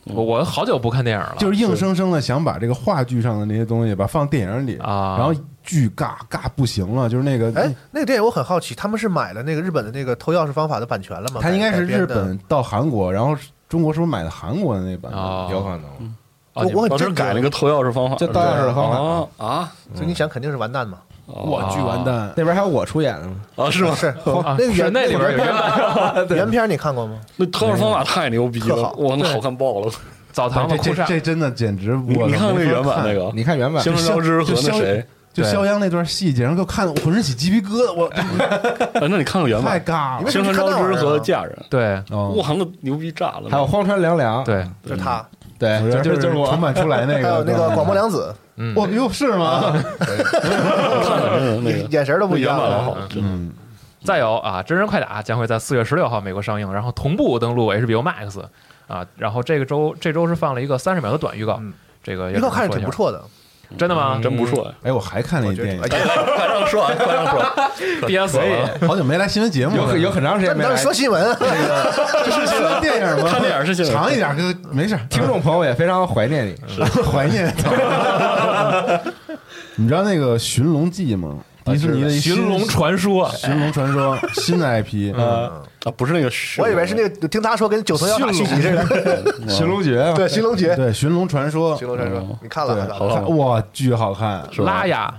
我我好久不看电影了，
嗯就是硬生生的想把这个话剧上的那些东西吧放电影里
啊
然后巨尬尬不行了，就是那个
哎，那个电影我很好奇，他们是买了那个日本的那个偷钥匙方法的版权了吗？
他应该是
改编
日
的
本到韩国，然后中国是不是买的韩国的那版？
哦，
有可能，
啊
我
你
我很
当时
震惊
改了个偷钥匙方法，
就盗钥匙的方法
啊啊
所以你想肯定是完蛋嘛？
我巨完蛋！
那边还有我出演的吗？
啊是吗？
是
啊
那个
是
原
那里边有一个
原片你看过吗？
那偷钥匙方法太牛逼
特
了，
好
哇，那好看爆了！
澡堂
这
子裤
这
衩
这真的简直
你
我
你看那个
没法
原版那个
你看原
《
版
星辰交织》和
就
那
肖
谁？
就
对
肖央那段戏，简直给我看的浑身起鸡皮疙瘩，我 *laughs*
哎，那你看看原
太
因
版
尬了
为
《星辰交织》和《嫁人
对》，
哦。
哇，那牛逼炸了！
还有荒川凉凉，
对，
就是他，
对，
有
就
点
就就是
重
我，
版出来那
还有
个
嗯
啊
那个广播，凉子，
嗯，
我哟是吗？
看看真人那个
眼神都不一样
那原版
了。
好，真的
嗯，
再有啊，《真人快打》将会在四月十六号美国上映，然后同步登
嗯
陆 HBO Max 啊。然后这个周这周是放了一个三十秒的短预告，
嗯
这个也
预告看
只
着挺
能
不
说
错的，
一下，真的吗？
嗯真不错呀！
哎，我还看了一电影，
快让说完，快让说完，
*laughs* 憋死了。
好久没来新闻节目
有
了，
有很长时间
但
没
当
来
时。说新闻，
这是新闻电影吗？
看电影是新闻
长一点，哥没事儿，
听众朋友也非常怀念你，
*laughs* 怀念。你知道那个《寻龙记》吗？迪士尼的《
寻龙传说，
*laughs* 寻龙传说》新的 IP，
啊，不是那个是，
我以为是那个听他说跟九层妖塔续集似 *laughs* 的。
寻龙诀嘛
对，寻龙诀，
对《寻龙传说
寻》龙传说，你看了
对，
看了
好看吗
哇，巨好看，
是吧
拉雅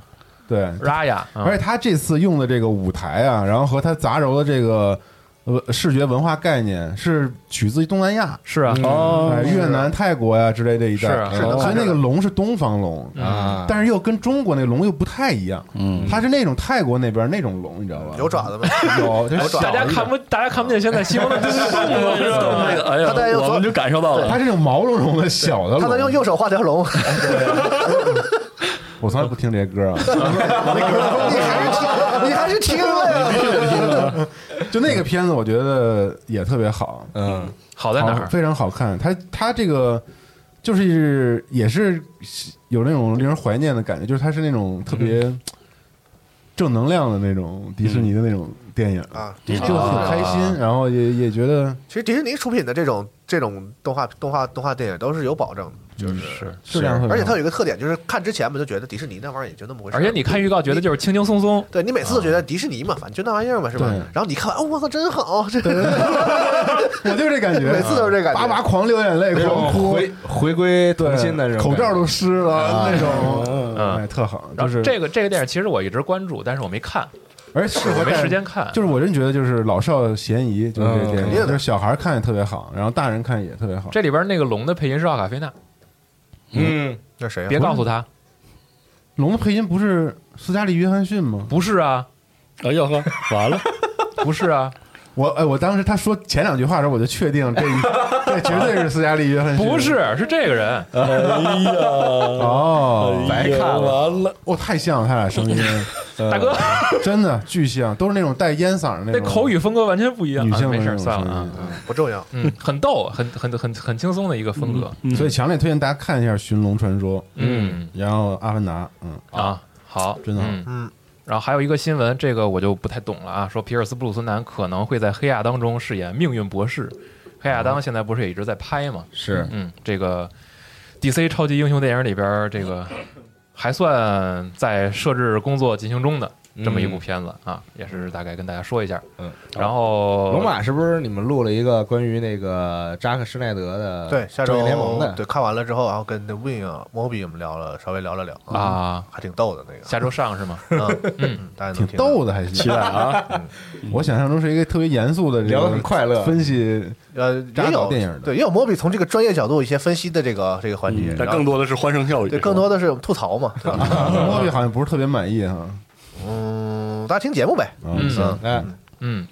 对。
拉雅，嗯
而且他这次用的这个舞台啊，然后和他杂糅的这个呃视觉文化概念，是取自于东南亚，
是啊，
哦
哎，越南、泰国呀、之类这一带，
是啊是
能
所以
看出
那
来
个龙是东方龙，
啊，
但是又跟中国那龙又不太一样，
嗯，
它是那种泰国那边那种龙，你知道吧？
有爪子吗？
有，它
有爪
小
大家
一点
看不大家看不见现在西方的动
*laughs*
作是吧？
那个哎
他在
呀，
用
我们就感受到
它
了，
是那种毛茸茸的小的龙，
他能用右手画条龙，
我从来不听这些
*laughs*
歌啊，
你还是听，你还是听了呀。
*laughs* 就那个片子我觉得也特别好，
嗯，
好在哪
好
儿？
非常好看。它它这个就是也是有那种令人怀念的感觉，就是它是那种特别
嗯
正能量的那种迪士尼的那种电影，
啊，
就很开心，然后也也觉得
其实迪士尼出品的这种这种动画动画动画电影都是有保证的，
嗯
就是，
质量会，
而且它有一个特点，就是看之前吧就觉得迪士尼那玩意儿也就那么回事儿，
而且你看预告觉得就是轻轻松松，
对你每次都觉得迪士尼嘛，反正就那玩意儿嘛，是吧
对？
然后你看完，哦，我操，真好，这
我就是这感觉，
每次都是这感觉
叭叭狂流眼泪，
那种
狂哭。
回回归
对
童心的这，种
口
感觉
罩都湿了那种，
嗯
哎，特好，
然
就
后
是
这个这个电影其实我一直关注，但是我没看，
而且适
我
合
没
带
时间看。
就是我真觉得就是老少咸宜，就是这
嗯
电
肯
影，
定的
就是小孩看也特别好，然后大人看也特别好。
这里边那个龙的配音是奥卡菲娜，
嗯，
*laughs* 那谁
别
呀？
告诉他，
龙的配音不是斯嘉丽·约翰逊吗？
不是啊，
哎呦呵，完了，
不是啊，
我哎，我当时他说前两句话的时候，我就确定这一这绝对是斯嘉丽·约翰逊，
不是，是这个人。
哎呀，
哦，
白看了，
哎完了，
我太像了他俩声音，呃
大哥，
*laughs* 真的巨像，都是那种带烟嗓的
那
种
口语风格完全不一样。
女性
啊没
的那
事
种
儿，算
声
了啊
音。。
不重要，
嗯，很逗，很很很很轻松的一个风格。
嗯所以强烈推荐大家看一下《寻龙传说》，
嗯
然后《阿凡达》，嗯，
啊，好，
真的好
嗯
嗯，
然后还有一个新闻，这个我就不太懂了啊，说皮尔斯·布鲁斯南可能会在《黑亚当》中饰演命运博士。黑亚当现在不是也一直在拍吗？
是
嗯，这个 DC 超级英雄电影里边儿，这个还算在设置工作进行中的这么一部片子啊，也是大概跟大家说一下。
嗯，
然后
龙马是不是你们录了一个关于那个扎克施耐德的
对，下
正义
周
呃联盟的？
对看完了之后，然后跟那 Win 啊、Moby 我们聊了，稍微聊了聊，
啊，
还挺逗的那个，
下周
*laughs*
上是吗？
嗯嗯，大家
挺
能听到
逗的，还
期
行。
待
*laughs*
啊！
我想象中是一个特别严肃的这个，
聊得很快乐
分析
呃，
扎
也
导
有
电影的
对，也有 Moby 从这个专业角度一些分析的这个这个环节，
但
然后
更多的是欢声笑语，
对更多的是吐槽嘛，对吧 *laughs*
啊莫比好像不是特别满意哈。
嗯，嗯，大家听节目呗。
嗯，行，
哎，
嗯，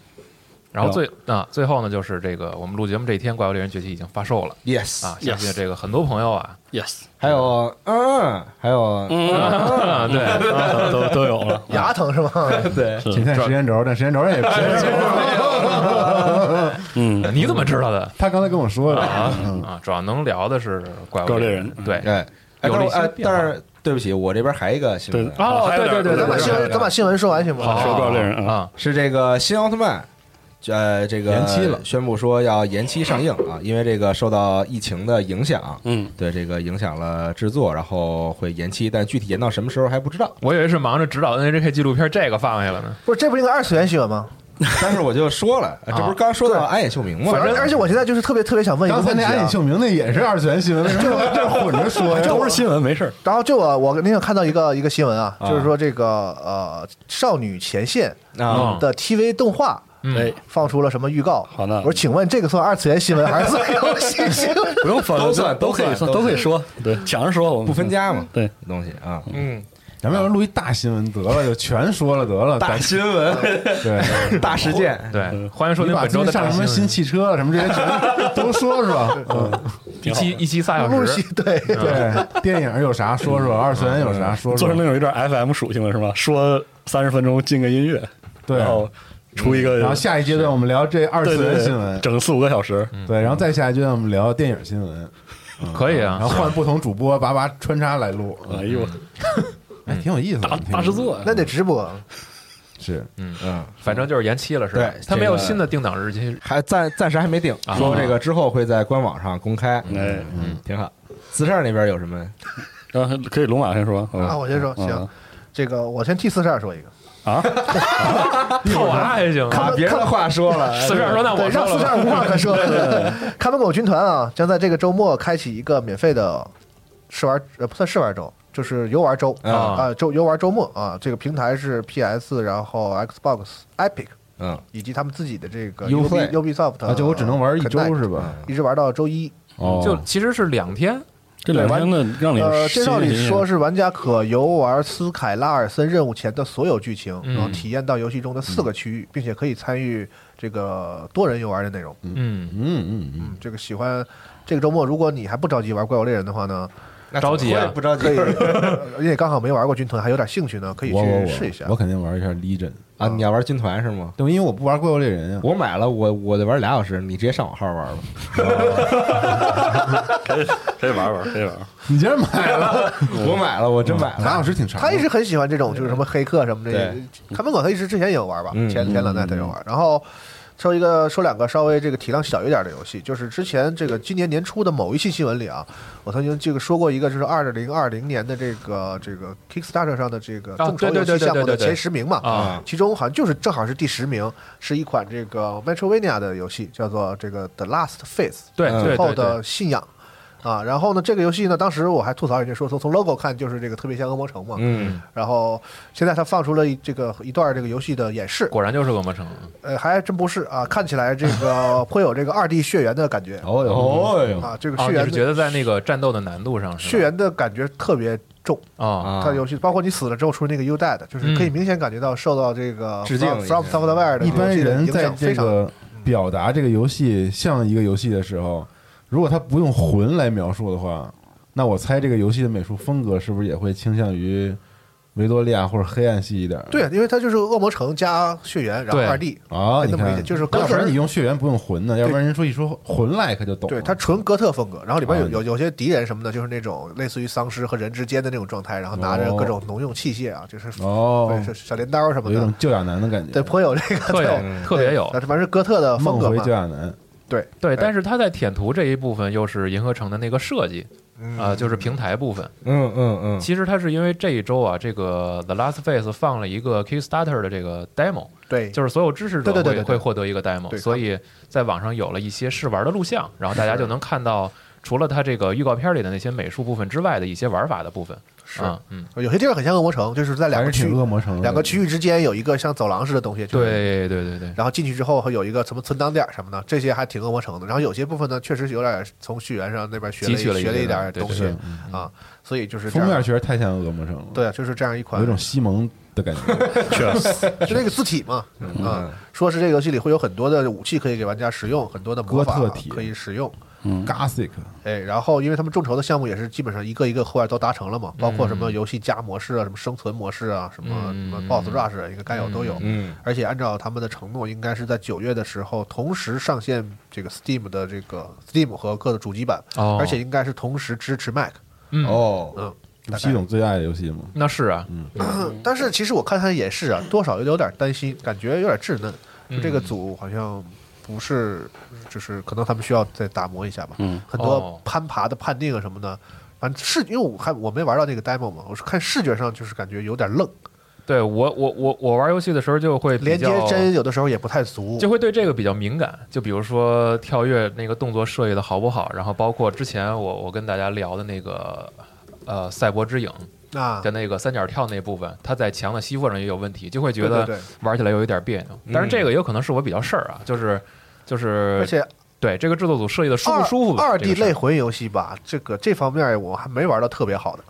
然后最啊最后呢，就是这个我们录节目这一天，《怪物猎人崛起》已经发售了
yes，
啊，相信这个很多朋友
*laughs*
啊，
，yes，
还有嗯，还有
啊对，
都都有
*laughs*
了，
牙疼是吗？
对，
请看时间轴，但时间轴也不
嗯，
*laughs* 你怎么知道的？
他刚才跟我说
啊
了，
啊，主要能聊的是怪
怪
物
物
猎
猎
人
人，
对，
哎，哎
有了一
但
些
是哎
变化
但是对不起，我这边还有一个新
对
闻，啊
哦对对对对
咱把新闻，咱把新闻说完行
好
吗？
说怪物猎人
啊，
是这个新奥特曼，呃，这个
延期了
宣布说要延期上映啊，因为这个受到疫情的影响，
嗯，
对这个影响了制作，然后会延期，但具体延到什么时候还不知道。
我以为是忙着指导 NHK 纪录片这个放下了呢，
不是，这不应该二次元新闻吗？
但是我就说了，这不是刚说到
对
安野秀明吗？
反正而且我现在就是特别特别想问一个
刚才
问题
那
啊，
安野秀明那也是二次元新闻，为什么这混
*laughs*
着说呀？
都是新闻，没事儿，
然后就我我那天看到一个一个新闻啊，
啊
就是说这个呃少女前线
嗯
啊，
的 TV 动画
嗯
哎，
放出了什么预告？
好的
我说请问这个算二次元新闻还是 *laughs* 算游戏新闻？
不用翻了，
都算
都
都
可以
算
算，
都
都可以
算
说，对，抢着说，我们
不分家嘛，
对，
东西啊，
嗯，
咱们要录一大新闻得了，就全说了得了。
大新闻，
对，
大事件，
对，欢迎收
你
听
把
本
今
周
天
的
上
大
什么
新
新
闻
汽车啊什么这些全都说说。嗯，
一期一期仨
陆
小
续
时，
对，
*laughs* 对，电影有啥说说，二次元有啥说
嗯做
说
成。那种有点 FM 属性了是吧？说三十分钟进个音乐，
对，嗯
然后出一个，
然后下一阶段我们聊这二
对
次
哦对
元
对嗯
新闻，嗯
整四五个小时，
对，然后再下一阶段我们聊电影新闻，
可以
然
啊
后，换不同主播叭叭穿插来录，
哎呦，
哎，挺有意思的
大，
挺有
大
意思
制作
那得直播。
是
嗯，
反正就是延期了是吧
对？
他没有
这个
新的定档日期，
还暂暂时还没定，
啊
说这个之后会在官网上公开，
哎，
嗯，挺好。四十二那边有什么？
然后可以龙马先说
啊，我先说
嗯
行，这个我先替四十二说一个，
啊，
套娃啊还行，
把别人的话说 *laughs* 了，
四十二说那
对，
我说
让四十
了吧，
二无话可
*laughs*
说。看门狗军团啊，将在这个周末开启一个免费的试玩，呃，不算试玩周，就是游玩周
啊
啊，周游玩周末啊。这个平台是 PS，然后 Xbox、Epic
嗯，
以及他们自己的这个
优惠
UB Ubisoft
啊，就我只能玩一周
Connect，
是
嗯
吧？
一直玩到周一。
哦，
就其实是两天，
这两天呢让你
呃，介绍里
新鲜
说是玩家可游玩斯凯拉尔森任务前的所有剧情，
嗯
然后体验到游戏中的四
嗯
个区域，并且可以参与这个多人游玩的内容。
嗯，
嗯嗯嗯，
嗯，这个喜欢这个周末，如果你还不着急玩怪物猎人的话呢，
那怎么
着急啊
会不着急
可以，而且刚好没玩过军团，还有点兴趣呢，可以
我我
去试一下嗯
我。肯定玩一下 Legion，
啊？你要玩军团是吗？
对，因为我不玩怪物猎人啊，
我买了，我我得玩俩小时，你直接上我号玩吧。 *laughs*
可以玩玩，可以玩玩，
你竟然
*laughs*
买了，
我买了，我真买
嗯
了。
俩小时挺长的，
他一直很喜欢这种就是什么黑客什么的
对，
看门狗他一直之前也有玩吧，
嗯
前前两代他有玩。然后说一个说两个稍微这个体量小一点的游戏，就是之前这个今年年初的某一期新闻里啊，我曾经这个说过一个就是二零二零年的这个这个 Kickstarter 上的这个
啊
众筹
对对
游
对
戏
对
项目
对
的
对
前十名嘛
啊，
其中好像就是正好是第十名，是一款这个 Metrovania 的游戏，叫做这个 The Last Phase。
对
嗯
对
后
对对
的信仰啊。然后呢，这个游戏呢，当时我还吐槽人家说，从从 logo 看就是这个特别像恶魔城嘛。
嗯，
然后现在他放出了一这个一段这个游戏的演示，
果然就是恶魔城，
呃，还真不是啊，看起来这
*laughs*
个颇有这个二 D 血缘的感
哎
觉
哦哟，哦哟，
啊，这个
哦，
血
你
缘
是觉
的
得在那个战斗的难度上是吧
血缘的感觉特别重。
啊，嗯
啊
它游戏包括你死了之后出那个 U 带的，就是可以明显感觉到受到这个
致敬
From
了
From
一下
Software 的
一般人
游戏的
在
影响
这
非常
个表达这个游戏像一个游戏的时候，如果他不用魂来描述的话，那我猜这个游戏的美术风格是不是也会倾向于维多利亚或者黑暗系一点？
对，因为它就是恶魔城加血缘，然后
对
二 D。
啊，你
那么理
看，
解就是
要
刚
不
才
然你用血缘不用魂呢，要不然人说一说魂 like 就懂了。
对，它纯哥特风格，然后里边有
啊
有有些敌人什么的，就是那种类似于丧尸和人之间的那种状态，然后拿着各种农用器械啊，就是
哦，
对是小镰刀什么
有
的
一种，旧亚男的感觉，
对，颇有这个
特
对
有特别有
对，反正是哥特的风
梦
格
回
嘛
旧。亚男，
对，
对，但是它在舔图这一部分又是银河城的那个设计
嗯
啊，就是平台部分。
嗯嗯嗯，
其实它是因为这一周啊，这个 The Last Phase 放了一个 Kickstarter 的这个 demo，
对，
就是所有支持者
哎对对对
会
对对
会获得一个 demo，
对
所以在网上有了一些试玩的录像，然后大家就能看到除了它这个预告片里的那些美术部分之外的一些玩法的部分。
是
啊嗯，
有些地方很像恶魔城，就是在两
还
个
是
区
挺恶魔城的
两个区域之间有一个像走廊似的东西，就是。
对对对对，
然后进去之后会有一个什么存档点什么的，这些还挺恶魔城的。然后有些部分呢，确实有点从血缘上那边学了一
汲取了一
学了一
点
点
对
东
对
西
对
啊，所以就是这
嗯封面
样。
确实太像恶魔城了，
对，就是这样一款
有一种西蒙的感觉。
*laughs*
确实，
就那个字体嘛，
嗯
啊，说是这个游戏里会有很多的武器可以给玩家使用，很多的魔法
哥特体
可以使用。
嗯，
Gothic
哎，然后因为他们众筹的项目也是基本上一个一个后来都达成了嘛，包括什
嗯
么游戏加模式啊，什么生存模式啊，什么什么 Boss Rush 啊应该该有都有。
嗯，
而且按照他们的承诺，应该是在九月的时候同时上线这个 Steam 的这个 Steam 和各个主机版，
哦
而且应该是同时支持 Mac。
嗯，
哦，
嗯，大概
系统最爱的游戏嘛，
那是啊，
嗯 *clears throat* 但是其实我看他的演示啊，多少有点担心，感觉有点稚嫩。
嗯
就这个组好像不是，就是可能他们需要再打磨一下吧。
嗯，
很
哦
多攀爬的判定啊什么的，反正视因为我看我没玩到那个 demo 嘛，我是看视觉上就是感觉有点愣，
对我我我我玩游戏的时候就会比
连接
较
帧有的时候也不太足
就。会对这个比较敏感。就比如说跳跃那个动作设计的好不好，然后包括之前我我跟大家聊的那个呃《赛博之影》
啊
的，那个三角跳那部分，它在墙的吸附上也有问题，就会觉
对对
得
对
玩起来有一点别扭。但是这个也有可能是我比较事儿啊，就是就是，
而且
对这个制作组设计的舒不
二
舒服吧？
二
这
D
个事儿
类，魂游戏吧，这个这方面我还没玩到特别好的，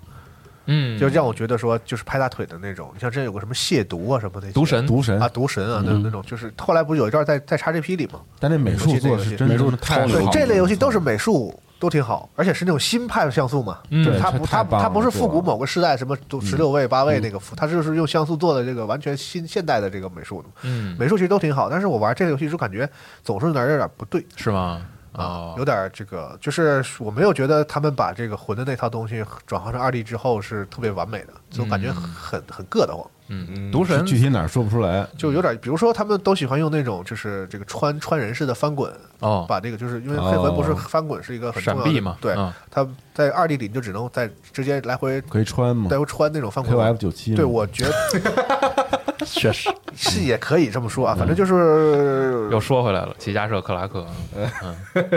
嗯，
就让我觉得说就是拍大腿的那种。你像之前有个什么亵渎啊什么那些
毒神，
毒神
啊，，毒神啊，那那种就是后来不是有一段在在 XGP 里吗？
但那美术做的是真
美术
的太
超
对
好，嗯
这类游戏都是美术都挺好，而且是那种新派的像素嘛，
嗯
就是它
对
不
太
它
棒
不
了嗯
它不是复古
对吧
某个时代什么十六位八位那个复，它就是用像素做的这个完全新现代的这个美术，
嗯，
美术其实都挺好，但是我玩这个游戏就感觉总是哪儿有点不对
是吗？
啊
哦，，
有点这个就是我没有觉得他们把这个魂的那套东西转化成二 D 之后是特别完美的，就感
嗯
觉很很硌得慌。
嗯，毒神
具体哪儿说不出来，
就
嗯
有点，比如说他们都喜欢用那种就是这个穿穿人式的翻滚，
哦，
把这个就是因为黑魂不是翻滚是一个很重要的
闪避嘛
对
嗯，
它在二 D 里你就只能在直接来回
可以穿吗
来回穿那种翻滚。
？K O F 九七，
对，我觉得
*laughs*
确实，
*laughs* 是也可以这么说啊，反正就是
又说回来了，齐家社克拉克，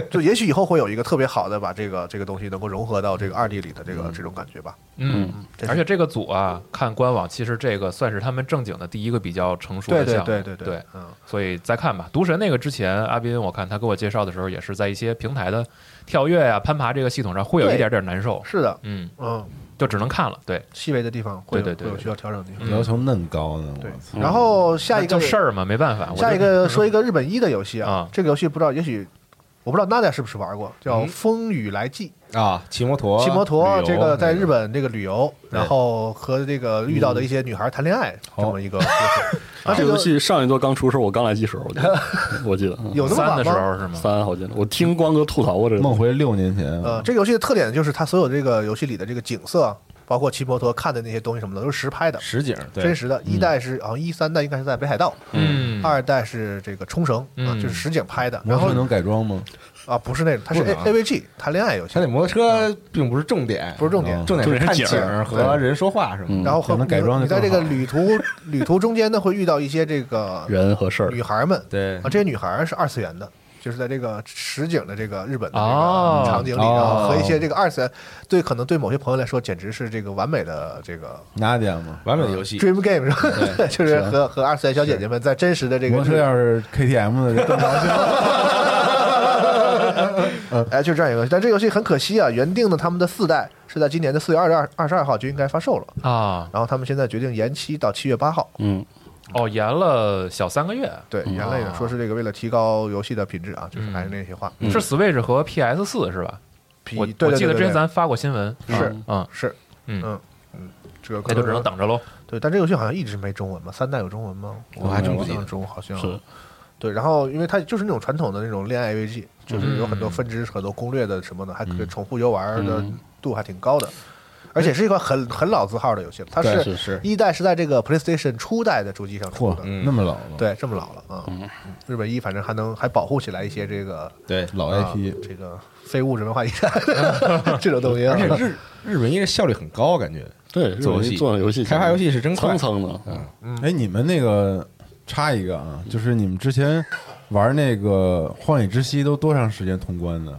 就也许以后会有一个特别好的把这个这个东西能够融合到这个二 D 里的这个这种感觉吧。
嗯，
这是
而且这个组啊，看官网，其实这个算是他们正经的第一个比较成熟
对
的
对
项目，
对对
对
对，嗯，
所以再看吧。毒神那个之前，阿斌我看他给我介绍的时候，也是在一些平台的跳跃啊、攀爬这个系统上，会有一
对
点点难受，
是的，
嗯，
嗯，
就只能看了，对，
细微的地方会有
对对对嗯
会有需要调整的地方。
要求嫩高呢，
对
我操，
然后下一
那叫
个
事儿嘛，没办啊法，我
下
就
一个说一个日本一的游戏啊
啊，
这个游戏不知道，也许我不知道娜娜是不是玩过，叫《
嗯
风雨来记》。
啊，骑摩托，
骑摩托
旅游
这个在
那
日本这个旅游，然后和这个遇到的一些女孩谈恋爱这么一个故事，啊
这
这
个游
个
戏上一座刚出时候，我刚来机时候，我
*laughs*
记得，我记得嗯
有那么
三
晚
的时
吗？
候是吗？
三好像，我听光哥吐槽过这个东
梦
西，
回六年前，
呃，这个游戏的特点就是它所有这个游戏里的这个景色，包括骑摩托看的那些东西什么的，都是实拍的，
实景，
真
对，
实的。一代是好像一三代应该是在北海道，
嗯，
二代是这个冲绳啊，
嗯
就是实景拍的。然
然
后
后能改装吗？
啊，不是那种，它是
不
A
能
A V G 谈恋爱游戏
它那，摩托车并啊不是重点，啊
不是重点。
重点是看
重点是景
景
儿
嗯和人说话什么
嗯
的。
然后和
可能改装
你
就
在这
更
个
好
旅途旅途中间呢，会遇到一些这个
*laughs* 人和事儿
女孩们，
对
啊，，这些女孩儿是二次元的，就是在这个实景的这个日本的这
哦
个场景里，
哦
然后和一些这个二次元，对可能对某些朋友来说，简直是这个完美的这个
拿点吗？
完美的游戏，
dream game，是吧？ *laughs* 就是
啊
和和二次元小姐姐们在真实的这
摩
个
托车要是 K T M 的就更高兴了。
*laughs* 哎，就是这样一个游戏。但这游戏很可惜啊，原定的他们的四代是在今年的四月二十二二十二号就应该发售了，
啊，
然后他们现在决定延期到七月八号。
嗯，
哦，延了小三个月，
对，原来也说是这个为了提高游戏的品质啊，就是还是那些话。
嗯
是 Switch 和 PS 四是吧？
比
我
对
我
对
记得
对
之前
对
咱发过新闻，
对是
嗯，
是
嗯
嗯嗯，这个可
那就
能
只能等着喽。
对，但这游戏好像一直没中文嘛，三代有中文吗？
我还真不记得
印象中好像
是。
对，然后因为它就是那种传统的那种恋爱 AVG，就是
嗯
有很多分支、很多攻略的什么的，还可以重复游玩的度还挺高的，而且是一款很很老字号的游戏了，它
对
是
是
是
一代是在这个 PlayStation 初代的主机上出
嚯
的，，
那么老了，
对，这么老了啊、嗯日本一反正还能还保护起来一些这个
对。
老
啊
IP，
E
这个非物质文化遗产这种东西、啊
而且，日日本音乐效率很高，感觉
对，
做游戏
做游戏，
开发游戏是真快
蹭。蹭的，
哎，你们那个插一个啊，就是你们之前玩那个《荒野之息》都多长时间通关呢？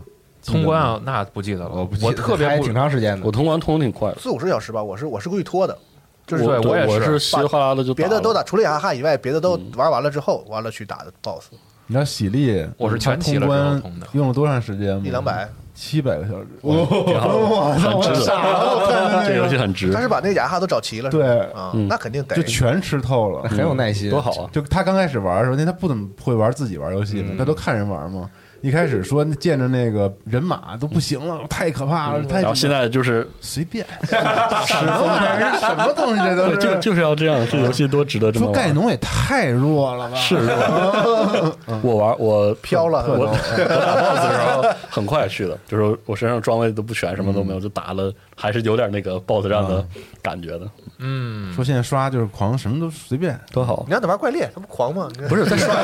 通关啊，那不记得了，
我
我
不记得
特别
还
不
挺长时间的
我，通关通的挺
*laughs*
快的，
四五十小时吧，我是我是故意拖的，就是
对
我
我也
我
是
稀里哗啦的嗯就
别的都打，
打了，
除了雅哈哈以外，别的都玩完了之后，
嗯
完了去打的 BOSS，
你知道喜力，
我是全
他
齐
通
了之后
关
通的
用了多长时间吗？
一两百，
七百个小时，
哇
哇哇，
很
我
值
傻了，我看着那
*laughs* 这
个
游戏很值
他。是把那雅哈都找齐了，是吧
对，
啊
嗯，
那肯定得
就全吃透了，
很有耐心，
多好啊！
就他刚开始玩的时候，那他不怎么会玩自己玩游戏嘛，他都看人玩嘛。一开始说见着那个人马都不行了，太可怕了，太
然后现
*laughs*
在就是，
随便，什么玩意儿，什么东西这
对，就
都是。
就是要这样，这游戏多值得这么
说盖
玩。
农也太弱了吧？
是是
*laughs*
*laughs*
吧？我玩我
嗯飘了
我
特
我打
*laughs*
BOSS 的时候很快去的，就是我身上装备都不全，什么都
嗯
没有，就打了，还是有点那个 BOSS 战的感觉的，
嗯，
说现在刷就是狂，什么都随便。
多好
你！让他玩怪猎，他不狂吗？不
不是再刷，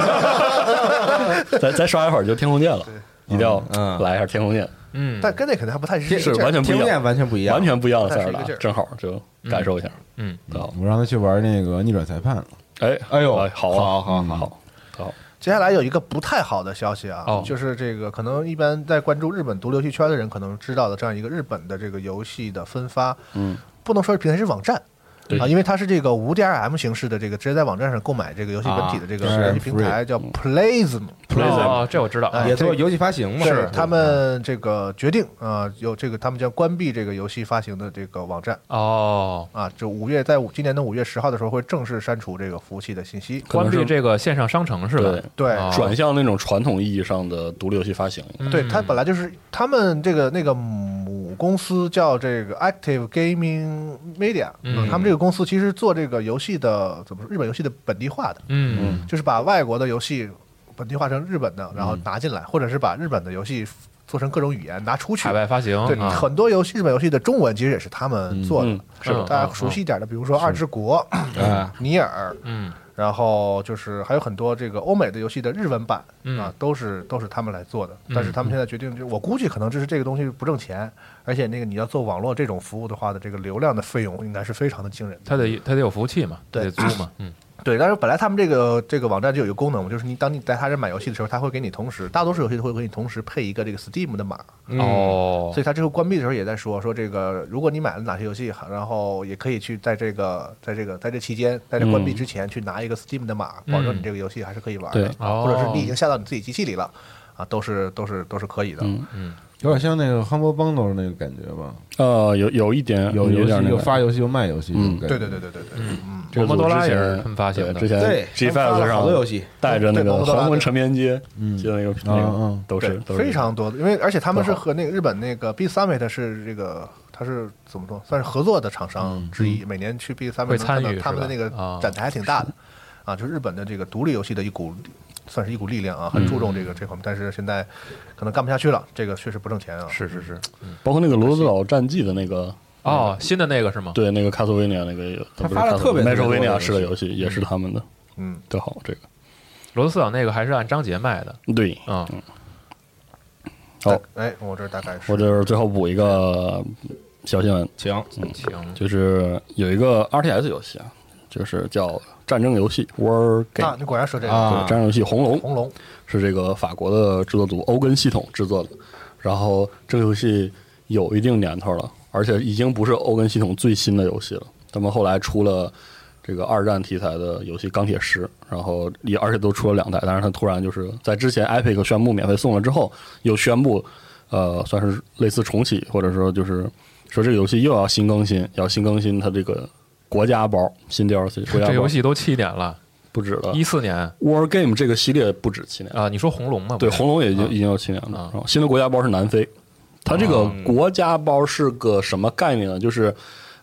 *laughs* 再再刷一会儿就天空剑了，一定要
嗯
来一下天空剑，
嗯，
*laughs* 但跟那肯定还不太一
是
样
完全不
听
一
不
样
见，完全不一样，
完全不一样的
它是
塞尔
一个劲
达，
儿
正好就感受一下，
嗯，
好，
我让他去玩那个逆转裁判了，
哎
哎呦
好
好
啊
好
好
好
好好，
接下来有一个不太好的消息啊，
哦
就是这个可能一般在关注日本独立游戏圈的人可能知道的这样一个日本的这个游戏的分发，
嗯，
不能说是平台是网站。
对
啊，因为它是这个无 DRM 形式的这个，直接在网站上购买这个游戏本体的这个
啊
游戏平台叫 Plasm，
哦，这我知道，
哎
也做游戏发行嘛，
是他们这个决定啊、呃有这个他们将关闭这个游戏发行的这个网站
哦，
啊，就五月在五今年的五月十号的时候会正式删除这个服务器的信息。
可
关
能是
闭这个线上商城是吧
对？
对，
哦
转向那种传统意义上的独立游戏发行，
嗯
对，它本来就是他们这个那个母公司叫这个 Active Gaming Media，
嗯
他们这个公司其实做这个游戏的怎么说，日本游戏的本地化的，
嗯
就是把外国的游戏本地化成日本的，然
嗯
后拿进来，或者是把日本的游戏做成各种语言拿出去
海。外发行
对，
啊
很多游戏日本游戏的中文其实也是他们做的
嗯，
是
嗯
大
嗯
家熟悉一点的，比如说《二之国》
啊，
尼尔，
嗯
然后就是还有很多这个欧美的游戏的日文版、啊，都是都是他们来做的。但是他们现在决定，就我估计可能就是这个东西不挣钱，而且那个你要做网络这种服务的话的这个流量的费用应该是非常的惊人的。
它得它得有服务器嘛，
对
得租嘛，嗯
对，但是本来他们这个这个网站就有一个功能嘛，就是你当你在他这买游戏的时候，他会给你同时，大多数游戏都会给你同时配一个这个 Steam 的码，
哦
所以他嗯这个关闭的时候也在说说这个，如果你买了哪些游戏，然后也可以去在这个在这个在这期间，在这关闭之前去拿一个 Steam 的码，保证你这个游戏还是可以玩的，
对
啊或者是
哦
你已经下到你自己机器里了。啊，都是都是都是可以的，
嗯
有点像那个 Humble Bundle 那个感觉吧？
呃，有有一点
有游
点
戏
那
又
个
发游戏又卖游戏，
嗯
对对对对对对，嗯，
这个
摩托罗拉
之前
也是他们发行的
对之前
对
G
他们发
Five
了
上
好多游戏，
带着那
对摩
个
托罗拉
黄昏陈边街，
嗯
记得那个那
嗯
个
嗯
都是
对，
都是
非常多的，因为而且他们是
都好
和那个日本那个 B Summit 是这个，它是怎么说，算是合作的厂商之一，每年去 B Summit
会
能看到
参与
他们的那
是
个
吧啊
展台还挺大的，啊，就日本的这个独立游戏的一股，算是一股力量啊，很注重这个这方面，但是现在可能干不下去了，这个确实不挣钱啊，
是是是，
包括那个罗德岛战记的那个
哦，新的那个是吗？
对那个卡索维尼亚那个，
他发了特别
麦
特别
索维尼
多的游
亚
戏
式的游戏也是他们的，
嗯，
对好这个
罗德斯岛那个还是按章节卖的，
对。
嗯，
好，
哎，我这大概是
我这儿最后补一个小新闻，
行，
行，
就是有一个 RTS 游戏啊，就是叫《战争游戏》War
啊
Game，、，
你果然说这
啊
个
对，《战争游戏红龙》
红龙，
是这个法国的制作组欧根系统制作的。然后这个游戏有一定年头了，而且已经不是欧根系统最新的游戏了。他们后来出了这个二战题材的游戏《钢铁十》，然后也而且都出了两代，但是它突然就是在之前 Epic 宣布免费送了之后，又宣布呃算是类似重启，或者说就是说这个游戏又要新更新，要新更新它这个国家包新 DLC 国
这
家包
游戏都七年了，
不止了
一。四年啊、
War Game 这个系列不止七年，
你说红龙吗？
对，
不是
红龙也已经
啊
已经有七年了。
啊
然后新的国家包是南非，它这个
哦
国家包是个什么概念呢？就是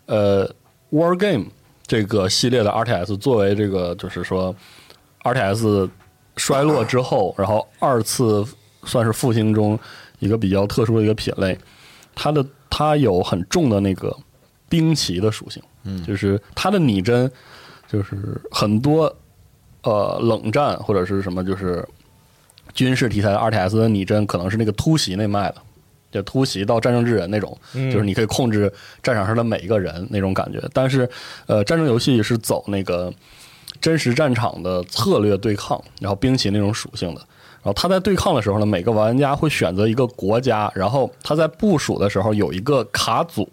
呃，War Game 这个系列的 RTS 作为这个就是说 RTS 衰落之后，然后二次算是复兴中一个比较特殊的一个品类，它的它有很重的那个兵棋的属性，嗯，就是它的拟真就是很多。呃，冷战或者是什么，就是军事题材的 RTS 的拟真可能是那个突袭那卖的，就突袭到战争之人那种，就是你可以控制战场上的每一个人那种感觉。但是，呃，战争游戏是走那个真实战场的策略对抗，然后兵棋那种属性的。然后他在对抗的时候呢，每个玩家会选择一个国家，然后他在部署的时候有一个卡组，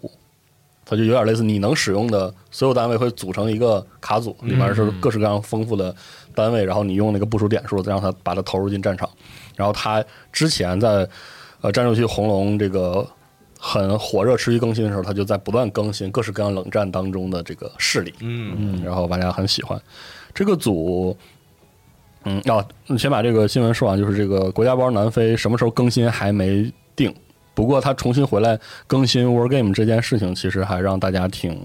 它就有点类似你能使用的所有单位会组成一个卡组，里面是各式各样丰富的单位，然后你用那个部署点数再让它把它投入进战场。然后它之前在呃，战术系红龙这个很火热、持续更新的时候，它就在不断更新各式各样冷战当中的这个势力。
嗯，
嗯，然后玩家很喜欢这个组。嗯，啊，先把这个新闻说完，就是这个国家包南非什么时候更新还没定，不过他重新回来更新 War Game 这件事情，其实还让大家挺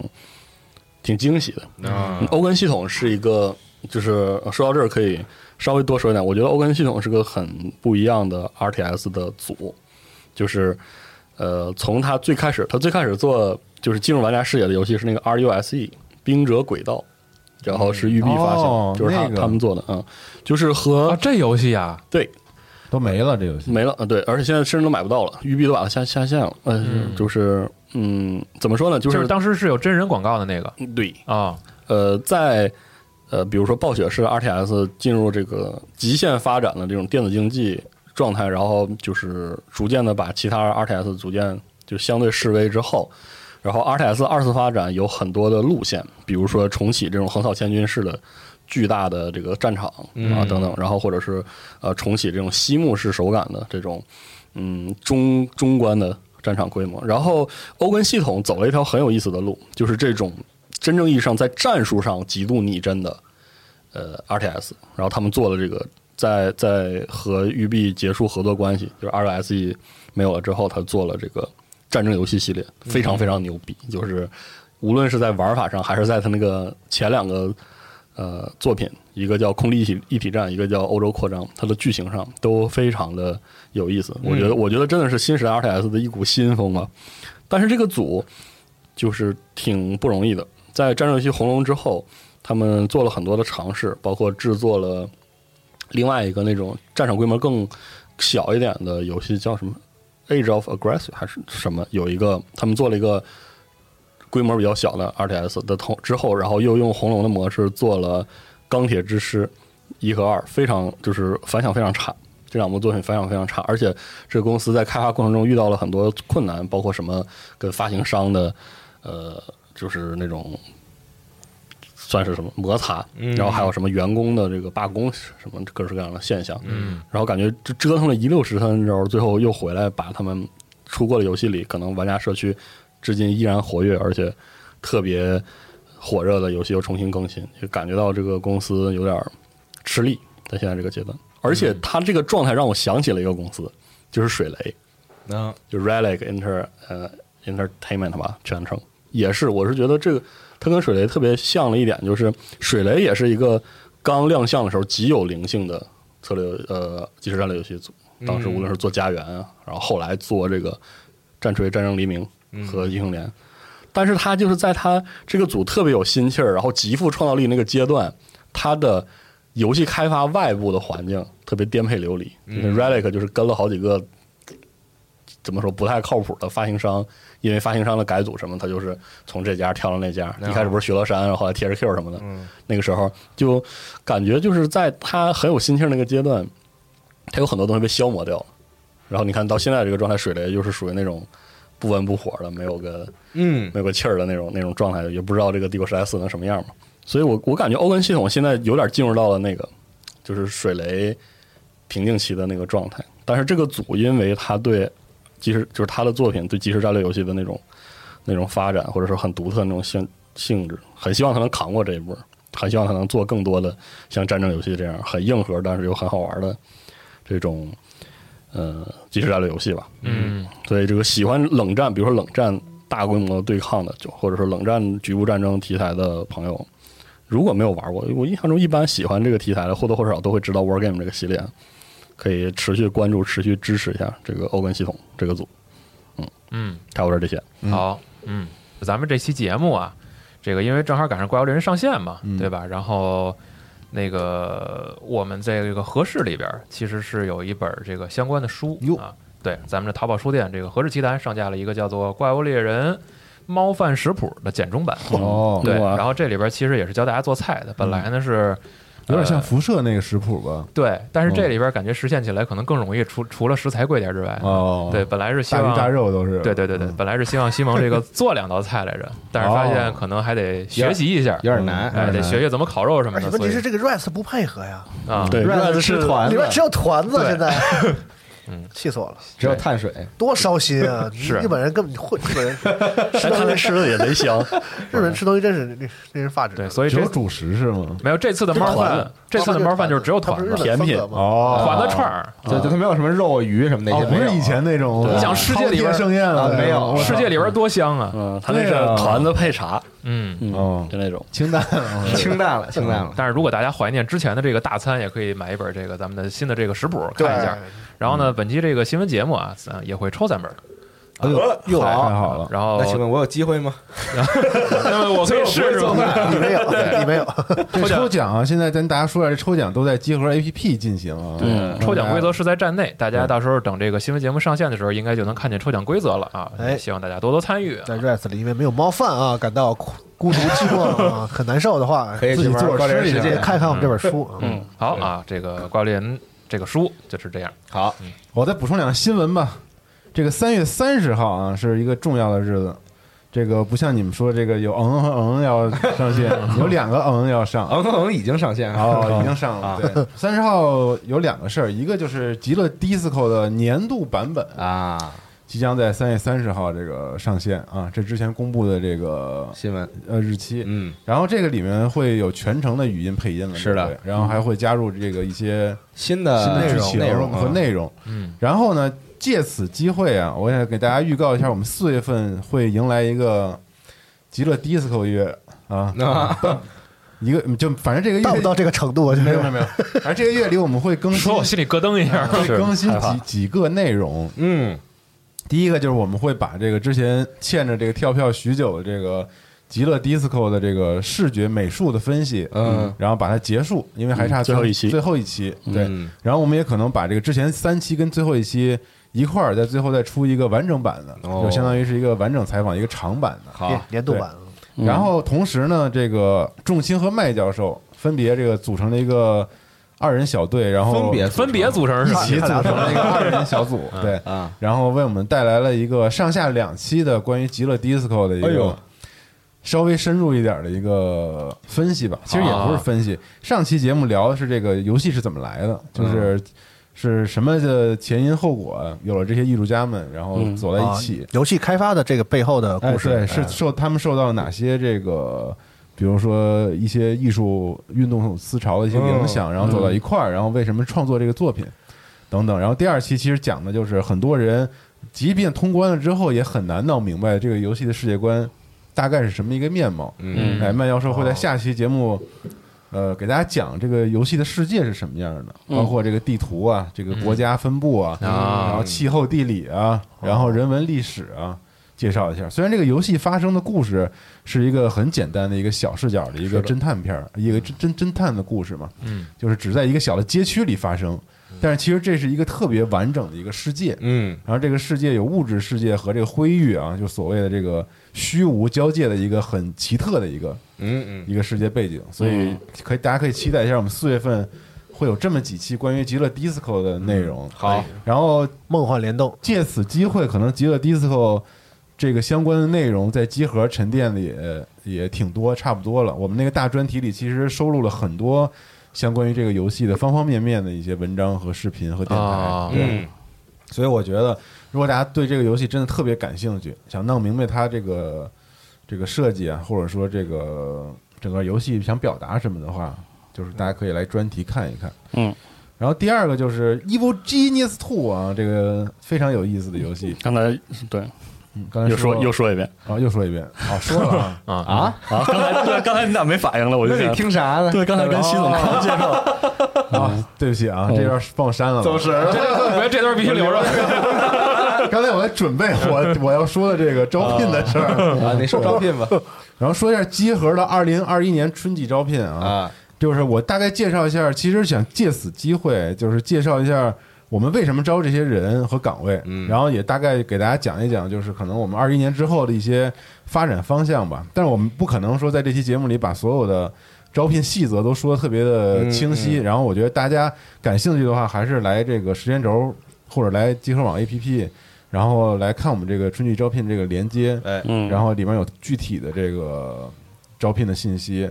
挺惊喜的。
啊
嗯，欧根系统是一个，就是说到这儿可以稍微多说一点。我觉得欧根系统是个很不一样的 RTS 的组，就是呃，从它最开始，它最开始做就是进入玩家视野的游戏是那个 RUSE E，冰者轨道，然后是育碧发行，
哦
就是他、
那个
他们做的啊、嗯就是和、
啊，这游戏啊，
对
都没了这游戏，
没了啊，对，而且现在甚至都买不到了，育碧都把它下下线了，呃、
嗯
就是嗯，怎么说呢，就、
就是是当时是有真人广告的那个
对。
啊，
呃，在呃，比如说暴雪式 RTS 进入这个极限发展的这种电子竞技状态，然后就是逐渐的把其他 RTS 逐渐就相对示威之后，然后 RTS 二次发展有很多的路线，比如说重启这种横扫千军式的巨大的这个战场啊等等，然后或者是呃重启这种西幕式手感的这种嗯中中观的战场规模。然后欧根系统走了一条很有意思的路，就是这种真正意义上在战术上极度拟真的呃 RTS，然后他们做了这个。在在和育碧结束合作关系，就是 RSE E 没有了之后，他做了这个战争游戏系列，非常非常牛逼。就是无论是在玩法上，还是在他那个前两个呃作品，一个叫《空力一体一体战》，一个叫《欧洲扩张》，它的剧情上都非常的有意思。我觉得，我觉得真的是新时代 RTS 的一股新风吧。但是这个组就是挺不容易的，在战争游戏《红龙》之后，他们做了很多的尝试，包括制作了另外一个那种战场规模更小一点的游戏，叫什么《Age of Aggressive》还是什么？有一个他们做了一个规模比较小的 RTS 的同之后，然后又用红龙的模式做了《钢铁之师》一和二，非常就是反响非常差。这两部作品反响非常差，而且这个公司在开发过程中遇到了很多困难，包括什么跟发行商的呃，就是那种算是什么摩擦，然后还有什么员工的这个罢工什么各式各样的现象，嗯，然后感觉这折腾了一溜十三周，最后又回来把他们出过的游戏里，可能玩家社区至今依然活跃，而且特别火热的游戏又重新更新，就感觉到这个公司有点儿吃力，在现在这个阶段，而且他这个状态让我想起了一个公司，就是水雷，
那
就 Relic Inter 呃 Entertainment 吧，全称也是。我是觉得这个它跟水雷特别像的一点，就是水雷也是一个刚亮相的时候极有灵性的策略呃即时战略游戏组。当时无论是做家园啊，然后后来做这个《战锤：战争黎明》和《英雄联》，但是他就是在他这个组特别有心气儿，然后极富创造力那个阶段，他的游戏开发外部的环境特别颠沛流离。Relic 就是跟了好几个怎么说不太靠谱的发行商，因为发行商的改组什么，他就是从这家跳到那家。一开始不是徐乐山，然后后来 THQ 什么的，那个时候就感觉就是在他很有心气儿那个阶段，他有很多东西被消磨掉了。然后你看到现在这个状态，水雷就是属于那种不温不火的，没有个
嗯
没有个气儿的那种那种状态，也不知道这个帝国时代四能什么样嘛。所以我我感觉欧根系统现在有点进入到了那个就是水雷瓶颈期的那个状态。但是这个组因为他对即时就是他的作品对即时战略游戏的那种那种发展，或者说很独特的那种性性质，很希望他能扛过这一波，很希望他能做更多的像战争游戏这样很硬核，但是又很好玩的这种呃即时战略游戏吧。
嗯，
所以这个喜欢冷战，比如说冷战大规模对抗的，就或者说冷战局部战争题材的朋友，如果没有玩过，我印象中一般喜欢这个题材的或多或少都会知道 War Game 这个系列，可以持续关注、持续支持一下这个欧根系统这个组。
嗯，
差不多这些，
好，嗯，咱们这期节目啊，这个因为正好赶上《怪物猎人》上线嘛，
嗯
对吧？然后那个我们在这个合适里边儿其实是有一本儿这个相关的书
哟
啊，对，咱们的淘宝书店这个合适奇谈上架了一个叫做《怪物猎人猫饭食谱》的简中版，
哦，
嗯
嗯
对，
哇
然后这里边其实也是教大家做菜的，本来呢是。
有点像
呃
辐射那个食谱吧？
对，但是这
嗯
里边感觉实现起来可能更容易，除除了食材贵点之外，
哦，
对，，本来是希
大
望
鱼大肉都是，
对对对对，本来是希望西蒙这个做两道菜来着，但是发现可能还得学习一下，
有点难，
哎，得学学怎么烤肉什么
而且
的。
哎问
所以
题是这个 rice 不配合呀，
啊，
对
Rise 吃团
里
子
面只有团子
对
现在。气死我了，
只有碳水，
多烧心 *laughs* 啊！
是
日本人根本就混，日 *laughs* 本人吃
但
东
看那
西，
吃的也贼香，
*laughs* 日本人吃东西真是令令人发指。
对，所以
只
这
有主食是吗？
没有这次的猫
团
饭，这次的猫饭就是只有团
它不是日
子，
本风格
甜
吗？
品
哦
团子串儿。
就就它没有什么肉啊鱼什么那些，
哦，不
没有
是以前那种
你想世界里边
饕餮盛宴了，
啊没有
我操
世界里边多香啊！
嗯，他那是团子配茶，
嗯，
嗯，
哦
就那种。
清淡啊，
清淡了，清 *laughs* 淡了。
但是如果大家怀念之前的这个大餐，也可以买一本这个咱们的新的这个食谱
对
看一下。然后呢，本期这个新闻节目啊，咱也会抽三本。
哎呦
又
太
好
好了，
然后
那请问我有机会吗？
*laughs* 我可以试试吗？
你没 *laughs* 有，你没有，
这抽奖啊，现在跟大家说一下，这抽奖都在集合 APP 进行啊。
对
抽奖规则是在站内，大家到时候等这个新闻节目上线的时候，应该就能看见抽奖规则了啊！
哎
希望大家多多参与啊。
在 Rest 里因为没有猫饭啊，感到孤孤独寂寞啊，很难受的 *laughs* 话，
可以
自己
去玩
做
高点
吃一
时
下
也
间。
看看我们这本书。嗯，
嗯，
好啊，这个怪物猎人这个书就是这样。
好，
我再补充两个新闻吧。这个三月三十号啊，是一个重要的日子。这个不像你们说这个有嗯嗯嗯要上线，有两个嗯要上。
昂腾已经上线 *laughs* 了，
*laughs* 哦，已经上了。对，三十号有两个事儿，一个就是极乐 DISCO 的年度版本
啊，
即将在三月三十号这个上线啊，这之前公布的这个
新闻，
呃日期。
嗯，
然后这个里面会有全程的语音配音了，
是的
对不对然后还会加入这个一些
新的
新的
内
剧
容
情
内容
和
啊
内容。
嗯，
然后呢，借此机会啊，我也给大家预告一下，我们四月份会迎来一个极乐 disco 月啊，
啊
一个就反正这个
到
月
不到这个程度，我觉
没有没
得
有没 *laughs* 有，反正这个月里我们会更新
说我心里咯噔一 *laughs* 下。
会
是
更新
害怕
几几个内容。
*laughs* 嗯，
第一个就是我们会把这个之前欠着这个跳票许久的这个极乐 disco 的这个视觉美术的分析，
嗯
然后把它结束，因为还差
嗯最后一期
最后一期对
嗯。
然后我们也可能把这个之前三期跟最后一期一块儿，在最后再出一个完整版的，
哦
就相当于是一个完整采访，一个长版的。
好
年，年度版
然后同时呢，这个仲卿和麦教授分别这个组成了一个二人小队，然后
分别
分别组成
一
是吧？
起 *laughs* 组成了一个二人
*laughs*
小组，对，
啊，
然后为我们带来了一个上下两期的关于极乐 disco 的一
哎
个
呦
稍微深入一点的一个分析吧。其实也不是分析，上期节目聊的是这个游戏是怎么来的，
嗯
就是是什么的前因后果，有了这些艺术家们，然后
嗯
走在
啊
一起，，
游戏开发的这个背后的
哎，
故
对，
事
是受他们受到哪些这个，比如说一些艺术运动思潮的一些
嗯
影响，然后走到一块儿，然后为什么创作这个作品等等。然后第二期其实讲的就是很多人，即便通关了之后，也很难闹明白这个游戏的世界观大概是什么一个面貌。
嗯
哎，麦教授会在下期节目。呃，给大家讲这个游戏的世界是什么样的，包括这个地图啊，这个国家分布啊，
啊
然后气候地理啊，然后人文历史啊，介绍一下。虽然这个游戏发生的故事是一个很简单的一个小视角的一个侦探片儿，一个侦侦侦探的故事嘛，
嗯，
就是只在一个小的街区里发生，但是其实这是一个特别完整的一个世界。
嗯，
然后这个世界有物质世界和这个灰域啊，就所谓的这个虚无交界的一个很奇特的一个
嗯
一个世界背景，所以可以大家可以期待一下，我们四月份会有这么几期关于极乐 disco 的内容。
嗯好，
然后
梦幻联动，
借此机会，可能极乐 disco 这个相关的内容在集合沉淀里呃也挺多，差不多了。我们那个大专题里其实收录了很多相关于这个游戏的方方面面的一些文章和视频和电台。
啊
嗯，嗯，
所以我觉得，如果大家对这个游戏真的特别感兴趣，想弄明白它这个这个设计啊，或者说这个整个游戏想表达什么的话，就是大家可以来专题看一看。
嗯，
然后第二个就是《Evil Genius Two》啊，这个非常有意思的游戏。
刚才对
嗯刚才
又说又说一遍
啊，又说一遍啊，说了
*laughs*
啊
啊
啊，
啊，刚才对刚才你咋没反应了？我就
那
想
你听啥呢？
对刚才跟西总刚介绍，
啊，对不起
哦
啊，这段帮我删了吧。
走神儿
这
了，
段这段必须留 *laughs* 着。
刚才我在准备我我要说的这个招聘的事儿，
哦
啊，你说招聘
*laughs*
吧，
然后说一下集合的二零二一年春季招聘
啊，
就是我大概介绍一下，其实想借此机会，就是介绍一下我们为什么招这些人和岗位，
嗯
然后也大概给大家讲一讲，就是可能我们二一年之后的一些发展方向吧。但是我们不可能说在这期节目里把所有的招聘细则都说的特别的清晰。然后我觉得大家感兴趣的话，还是来这个时间轴或者来集合网 APP，然后来看我们这个春季招聘这个连接，
哎，
嗯，
然后里面有具体的这个招聘的信息。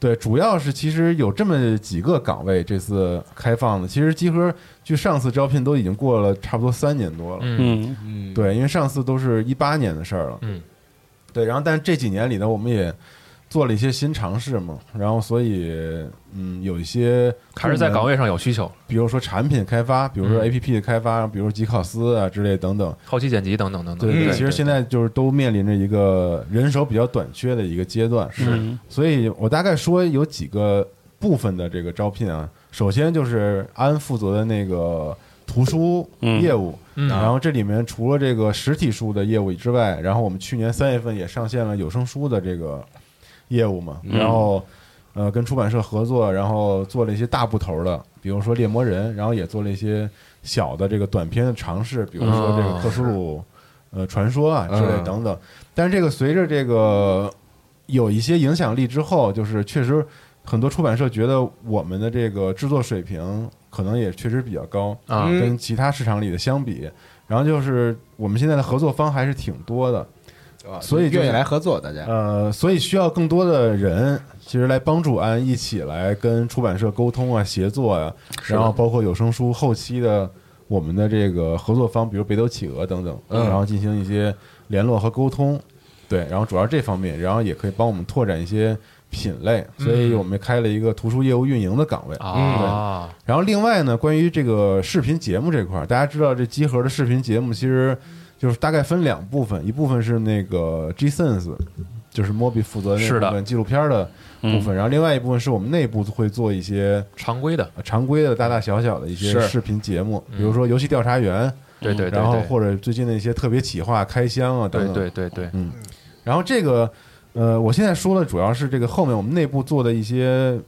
对，主要是其实有这么几个岗位这次开放的，其实集合距上次招聘都已经过了差不多三年多了。
嗯
嗯
嗯，
对，因为上次都是一八年的事儿了。
嗯，
对，然后但这几年里呢，我们也做了一些新尝试嘛，然后所以嗯，有一些
还是在岗
位，
位上有需求，
比如说产品开发，比如说
嗯
APP 的开发，比如说吉考斯啊之类等等。
后期剪辑等等等等。
对，
嗯
其实现在就是都面临着一个人手比较短缺的一个阶段。是
嗯
所以我大概说有几个部分的这个招聘啊，首先就是安负责的那个图书业务，
嗯
然后这里面除了这个实体书的业务之外，然后我们去年三月份也上线了有声书的这个业务嘛，
嗯
然后呃跟出版社合作，然后做了一些大部头的，比如说《猎魔人》，然后也做了一些小的这个短篇的尝试，比如说这个
哦
克苏鲁呃传说啊之类
嗯
等等。但是这个随着这个有一些影响力之后，就是确实很多出版社觉得我们的这个制作水平可能也确实比较高，
啊
嗯
跟其他市场里的相比。然后就是我们现在的合作方还是挺多的，
啊
所以就
愿意
是
来合作，大家
呃，所以需要更多的人其实来帮助安一起来跟出版社沟通啊、协作啊，然后包括有声书后期的我们的这个合作方，比如北斗企鹅等等，
嗯
然后进行一些联络和沟通。对，然后主要是这方面，然后也可以帮我们拓展一些品类，所以
嗯
我们开了一个图书业务运营的岗位。
啊，
然后另外呢，关于这个视频节目这块儿，大家知道这集合的视频节目其实就是大概分两部分，一部分是那个 G Sense，就是 Mobi 负责那
是的嗯
部分纪录片儿的部分，然后另外一部分是我们内部会做一些
常规的，
呃常规的大大小小的一些
是
视频节目，比如说游戏调查员，
对嗯对对对，
然后或者最近的一些特别企划、开箱啊等
对
等。
对对对，
然后这个，呃，我现在说的主要是这个后面我们内部做的一些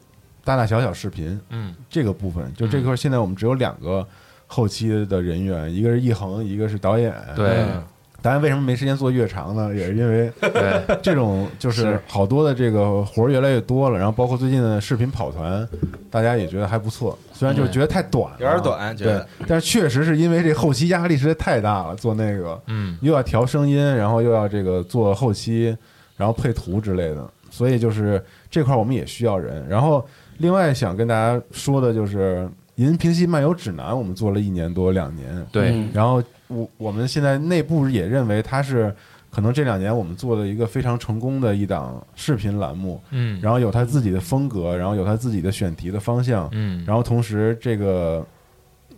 大大小小视频
嗯
这个部分，就
嗯
这块儿现在我们只有两个后期的人员，一个是易恒，一个是导演。
对
嗯导演为什么没时间做越长呢？也是因为
对，
这
*laughs*
种就是好多的这个活儿越来越多了，然后包括最近的视频跑团，大家也觉得还不错，虽然就是觉得太短了，
嗯
啊
有点短觉
嗯对
得，
但是确实是因为这后期压力实在太大了，做那个
嗯
又要调声音，然后又要这个做后期，然后配图之类的，所以就是这块儿我们也需要人。然后另外想跟大家说的就是《银平息漫游指南》，我们做了一年多两年，
*laughs* 对，
然后我我们现在内部也认为它是可能这两年我们做的一个非常成功的一档视频栏目，
嗯
然后有它自己的风格，然后有它自己的选题的方向，
嗯，
然后同时这个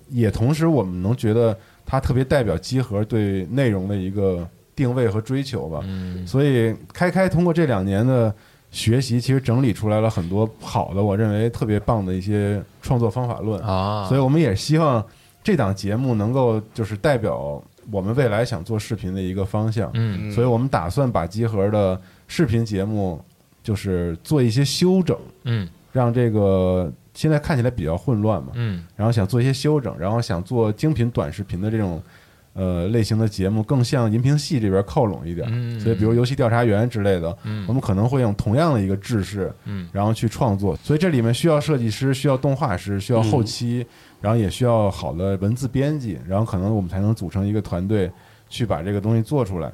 也同时我们能觉得它特别代表集合对内容的一个定位和追求吧。
嗯
所以开开通过这两年的学习，其实整理出来了很多好的，我认为特别棒的一些创作方法论。
啊，
嗯所以我们也希望这档节目能够就是代表我们未来想做视频的一个方向。
嗯
所以我们打算把集合的视频节目就是做一些修整，
嗯
让这个现在看起来比较混乱嘛，
嗯
然后想做一些修整，然后想做精品短视频的这种呃类型的节目，更向银屏系这边靠拢一点。
嗯，
所以，比如游戏调查员之类的，
嗯
我们可能会用同样的一个制式，
嗯
然后去创作。所以这里面需要设计师，需要动画师，需要后
嗯
期，然后也需要好的文字编辑，然后可能我们才能组成一个团队去把这个东西做出来。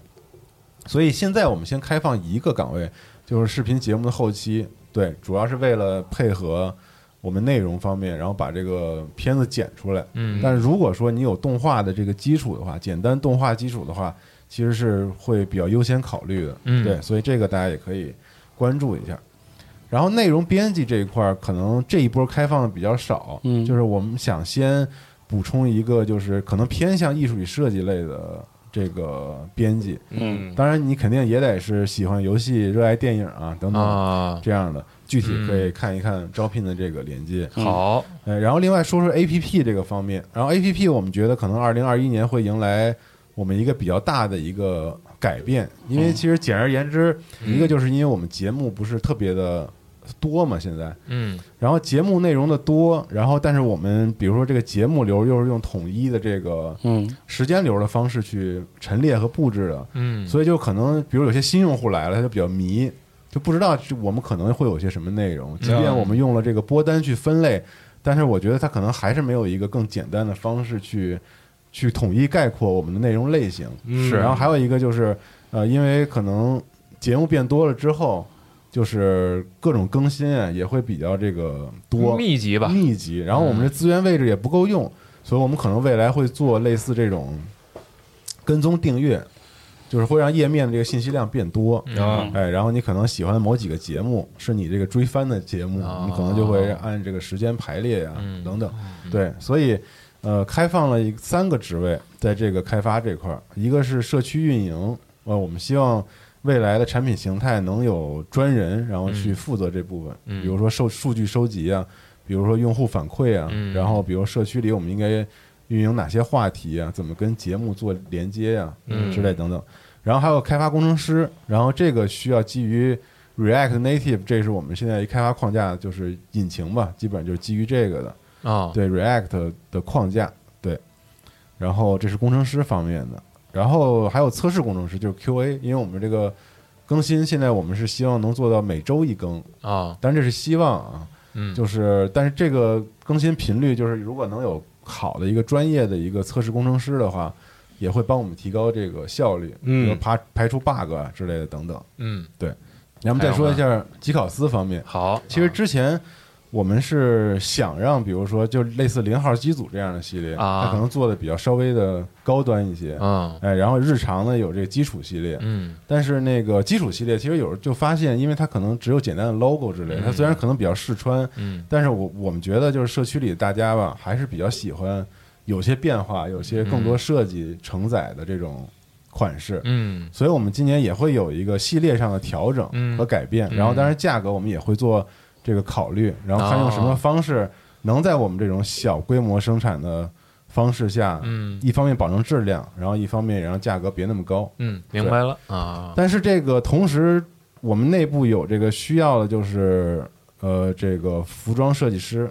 所以现在我们先开放一个岗位，就是视频节目的后期，对，主要是为了配合我们内容方面，然后把这个片子剪出来。
嗯
但如果说你有动画的这个基础的话，简单动画基础的话，其实是会比较优先考虑的。
嗯
对，所以这个大家也可以关注一下。然后内容编辑这一块儿，可能这一波开放的比较少，
嗯
就是我们想先补充一个，就是可能偏向艺术与设计类的这个编辑。
嗯
当然，你肯定也得是喜欢游戏、热爱电影啊等等、
啊，
这样的，具体
嗯
可以看一看招聘的这个链接。
好，
呃，然后另外说说 A P P 这个方面，然后 A P P 我们觉得可能二零二一年会迎来我们一个比较大的一个改变，因为其实简而言之，一个就是因为我们节目不是特别的多嘛，现在，
嗯
然后节目内容的多，然后但是我们比如说这个节目流又是用统一的这个
嗯
时间流的方式去陈列和布置的，
嗯，
所以就可能比如有些新用户来了，他就比较迷，就不知道这我们可能会有些什么内容。即便我们用了这个播单去分类，但是我觉得他可能还是没有一个更简单的方式去去统一概括我们的内容类型。
是
然后还有一个就是，呃，因为可能节目变多了之后，就是各种更新啊也会比较这个多
密集吧，
密集，然后我们这资源位置也不够用，所以我们可能未来会做类似这种跟踪订阅，就是会让页面的这个信息量变多。
嗯
啊，
哎，然后你可能喜欢某几个节目，是你这个追番的节目，
哦
你可能就会按这个时间排列呀、
嗯
等等。对，所以呃，开放了一三个职位在这个开发这块儿，一个是社区运营，呃，我们希望未来的产品形态能有专人，然后去负责这部分，
嗯
比如说收数据收集啊，比如说用户反馈啊，
嗯
然后比如社区里我们应该运营哪些话题啊，怎么跟节目做连接呀、
嗯
之类等等。然后还有开发工程师，然后这个需要基于 React Native，这是我们现在一开发框架，就是引擎吧，基本就是基于这个的。
啊，
对 React 的框架，对。然后这是工程师方面的，然后还有测试工程师，就是 QA，因为我们这个更新现在我们是希望能做到每周一更，
啊，
但这是希望啊，
嗯，
就是但是这个更新频率，就是如果能有好的一个专业的一个测试工程师的话，也会帮我们提高这个效率，
嗯
比如排排除 bug 啊之类的等等。
嗯，
然后我们再说一下吉考斯方面，
好，
其实之前我们是想让，比如说就类似零号机组这样的系列，
啊
它可能做的比较稍微的高端一些，
嗯
哎，然后日常呢有这个基础系列，
嗯
但是那个基础系列其实有时候就发现，因为它可能只有简单的 logo 之类的，它虽然可能比较试穿，
嗯
但是我我们觉得就是社区里大家吧，还是比较喜欢有些变化，有些更多设计承载的这种款式，
嗯
所以我们今年也会有一个系列上的调整
嗯
和改变，
嗯
然后当然价格我们也会做这个考虑，然后看用什么方式能在我们这种小规模生产的方式下，
嗯
一方面保证质量，然后一方面也让价格别那么高。
嗯，明白了啊，
但是这个同时，我们内部有这个需要的就是呃，这个服装设计师，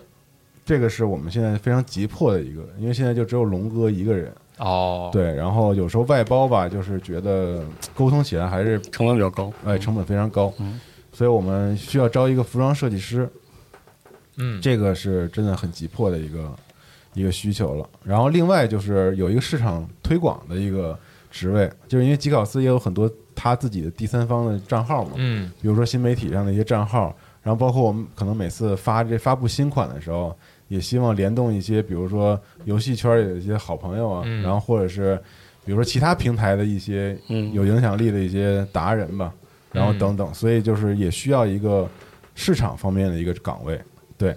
这个是我们现在非常急迫的一个，因为现在就只有龙哥一个人，
哦，，
对，然后有时候外包吧，就是觉得沟通起来还是
成本比较高。
哎，成本非常高，
嗯
所以我们需要招一个服装设计师，
嗯，
这个是真的很急迫的一个一个需求了。然后另外就是有一个市场推广的一个职位，就是因为吉考斯也有很多他自己的第三方的账号嘛，
嗯
比如说新媒体上的一些账号，然后包括我们可能每次发这发布新款的时候，也希望联动一些，比如说游戏圈里的一些好朋友啊，
嗯
然后或者是比如说其他平台的一些
嗯
有影响力的一些达人吧，然后
嗯
等等，所以就是也需要一个市场方面的一个岗位，对。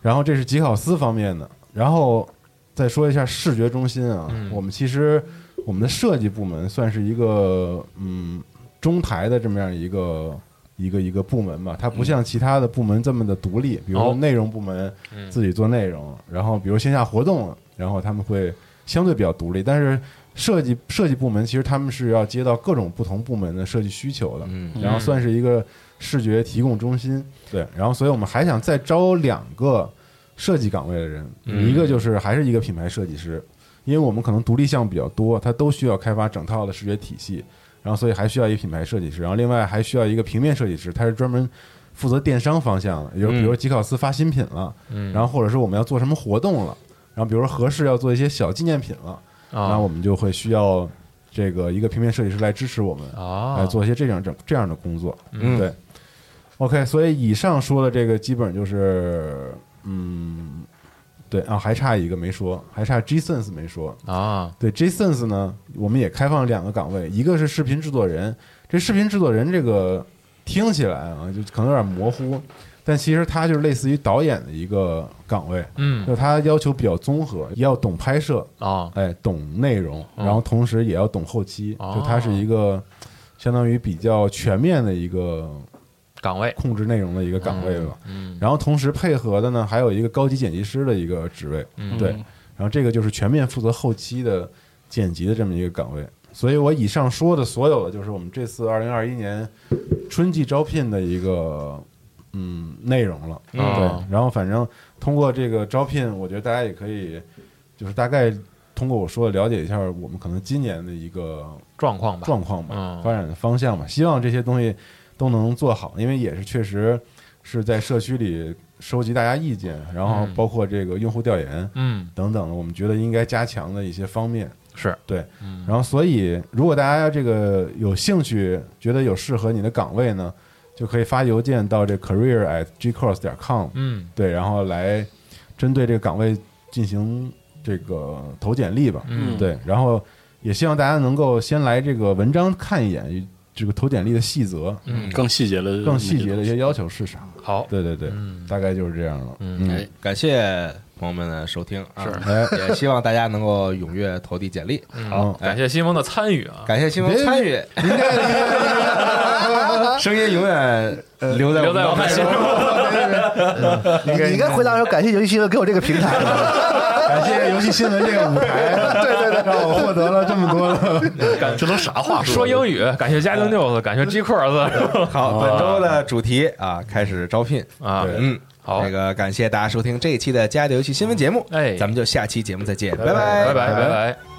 然后这是吉考斯方面的，然后再说一下视觉中心啊，
嗯
我们其实我们的设计部门算是一个嗯中台的这么样一个一个一个部门吧，它不像其他的部门这么的独立，比如说
嗯哦
内容部门
嗯
自己做内容，然后比如线下活动，然后他们会相对比较独立，但是设计设计部门其实他们是要接到各种不同部门的设计需求的，
嗯
然后算是一个视觉提供中心，对，然后所以我们还想再招两个设计岗位的人，
嗯
一个就是还是一个品牌设计师，因为我们可能独立项目比较多，它都需要开发整套的视觉体系，然后所以还需要一个品牌设计师，然后另外还需要一个平面设计师，他是专门负责电商方向的，也就是比如说吉考斯发新品了，
嗯，
然后或者是我们要做什么活动了，然后比如说合适要做一些小纪念品了，那
啊
我们就会需要这个一个平面设计师来支持我们，
啊，
来做一些这样这这样的工作。
嗯
对。OK，所以以上说的这个基本上就是，嗯，对啊，还差一个没说，还差 JSONS 没说。
啊，
对 JSONS 呢，我们也开放了两个岗位，一个是视频制作人。这视频制作人这个听起来啊，就可能有点模糊，但其实它就是类似于导演的一个岗位，
嗯
就它要求比较综合，也要懂拍摄，
啊，
哎，懂内容，然后同时也要懂后期，
哦
就它是一个相当于比较全面的一个
岗位，
控制内容的一个岗位吧。
嗯
然后同时配合的呢，还有一个高级剪辑师的一个职位，
嗯
对。然后这个就是全面负责后期的剪辑的这么一个岗位。所以我以上说的所有的，就是我们这次二零二一年春季招聘的一个嗯内容了。
嗯
对，然后反正通过这个招聘，我觉得大家也可以就是大概通过我说的了解一下我们可能今年的一个
状况吧，
状况吧，
嗯
发展的方向吧。希望这些东西都能做好，因为也是确实是在社区里收集大家意见，然后
嗯
包括这个用户调研
嗯
等等的，我们觉得应该加强的一些方面。
是，
对，
嗯
然后所以如果大家这个有兴趣，觉得有适合你的岗位呢，就可以发邮件到这 career at gcourse 点 com，
嗯
对，然后来针对这个岗位进行这个投简历吧。
嗯
对，然后也希望大家能够先来这个文章看一眼，这个投简历的细则，
嗯，
更细节的，
更细节的一些要求是啥？
好，
对对对，大概就是这样了。
哎
嗯，
感谢朋友们的收听啊，
是
哎，嗯
也希望大家能够踊跃投递简历，
好，
哎感谢西蒙的参与啊，
感谢新闻参与， *laughs* 声音永远留在
留在我
我
们
们 *laughs*
心中。
你你应该回答说感谢游戏新闻给我这个平台。
感谢游戏新闻这个舞台， *laughs* 对对对，让我获得了这么多的。
这都啥话
说英语，感谢家庭 news，感谢 G Course
好，本周的主题啊，开始招聘。
啊，
对
嗯，
好
那个感谢大家收听这一期的《家里游戏新闻》节目，
哎
咱们就下期节目再见，拜
拜拜拜拜。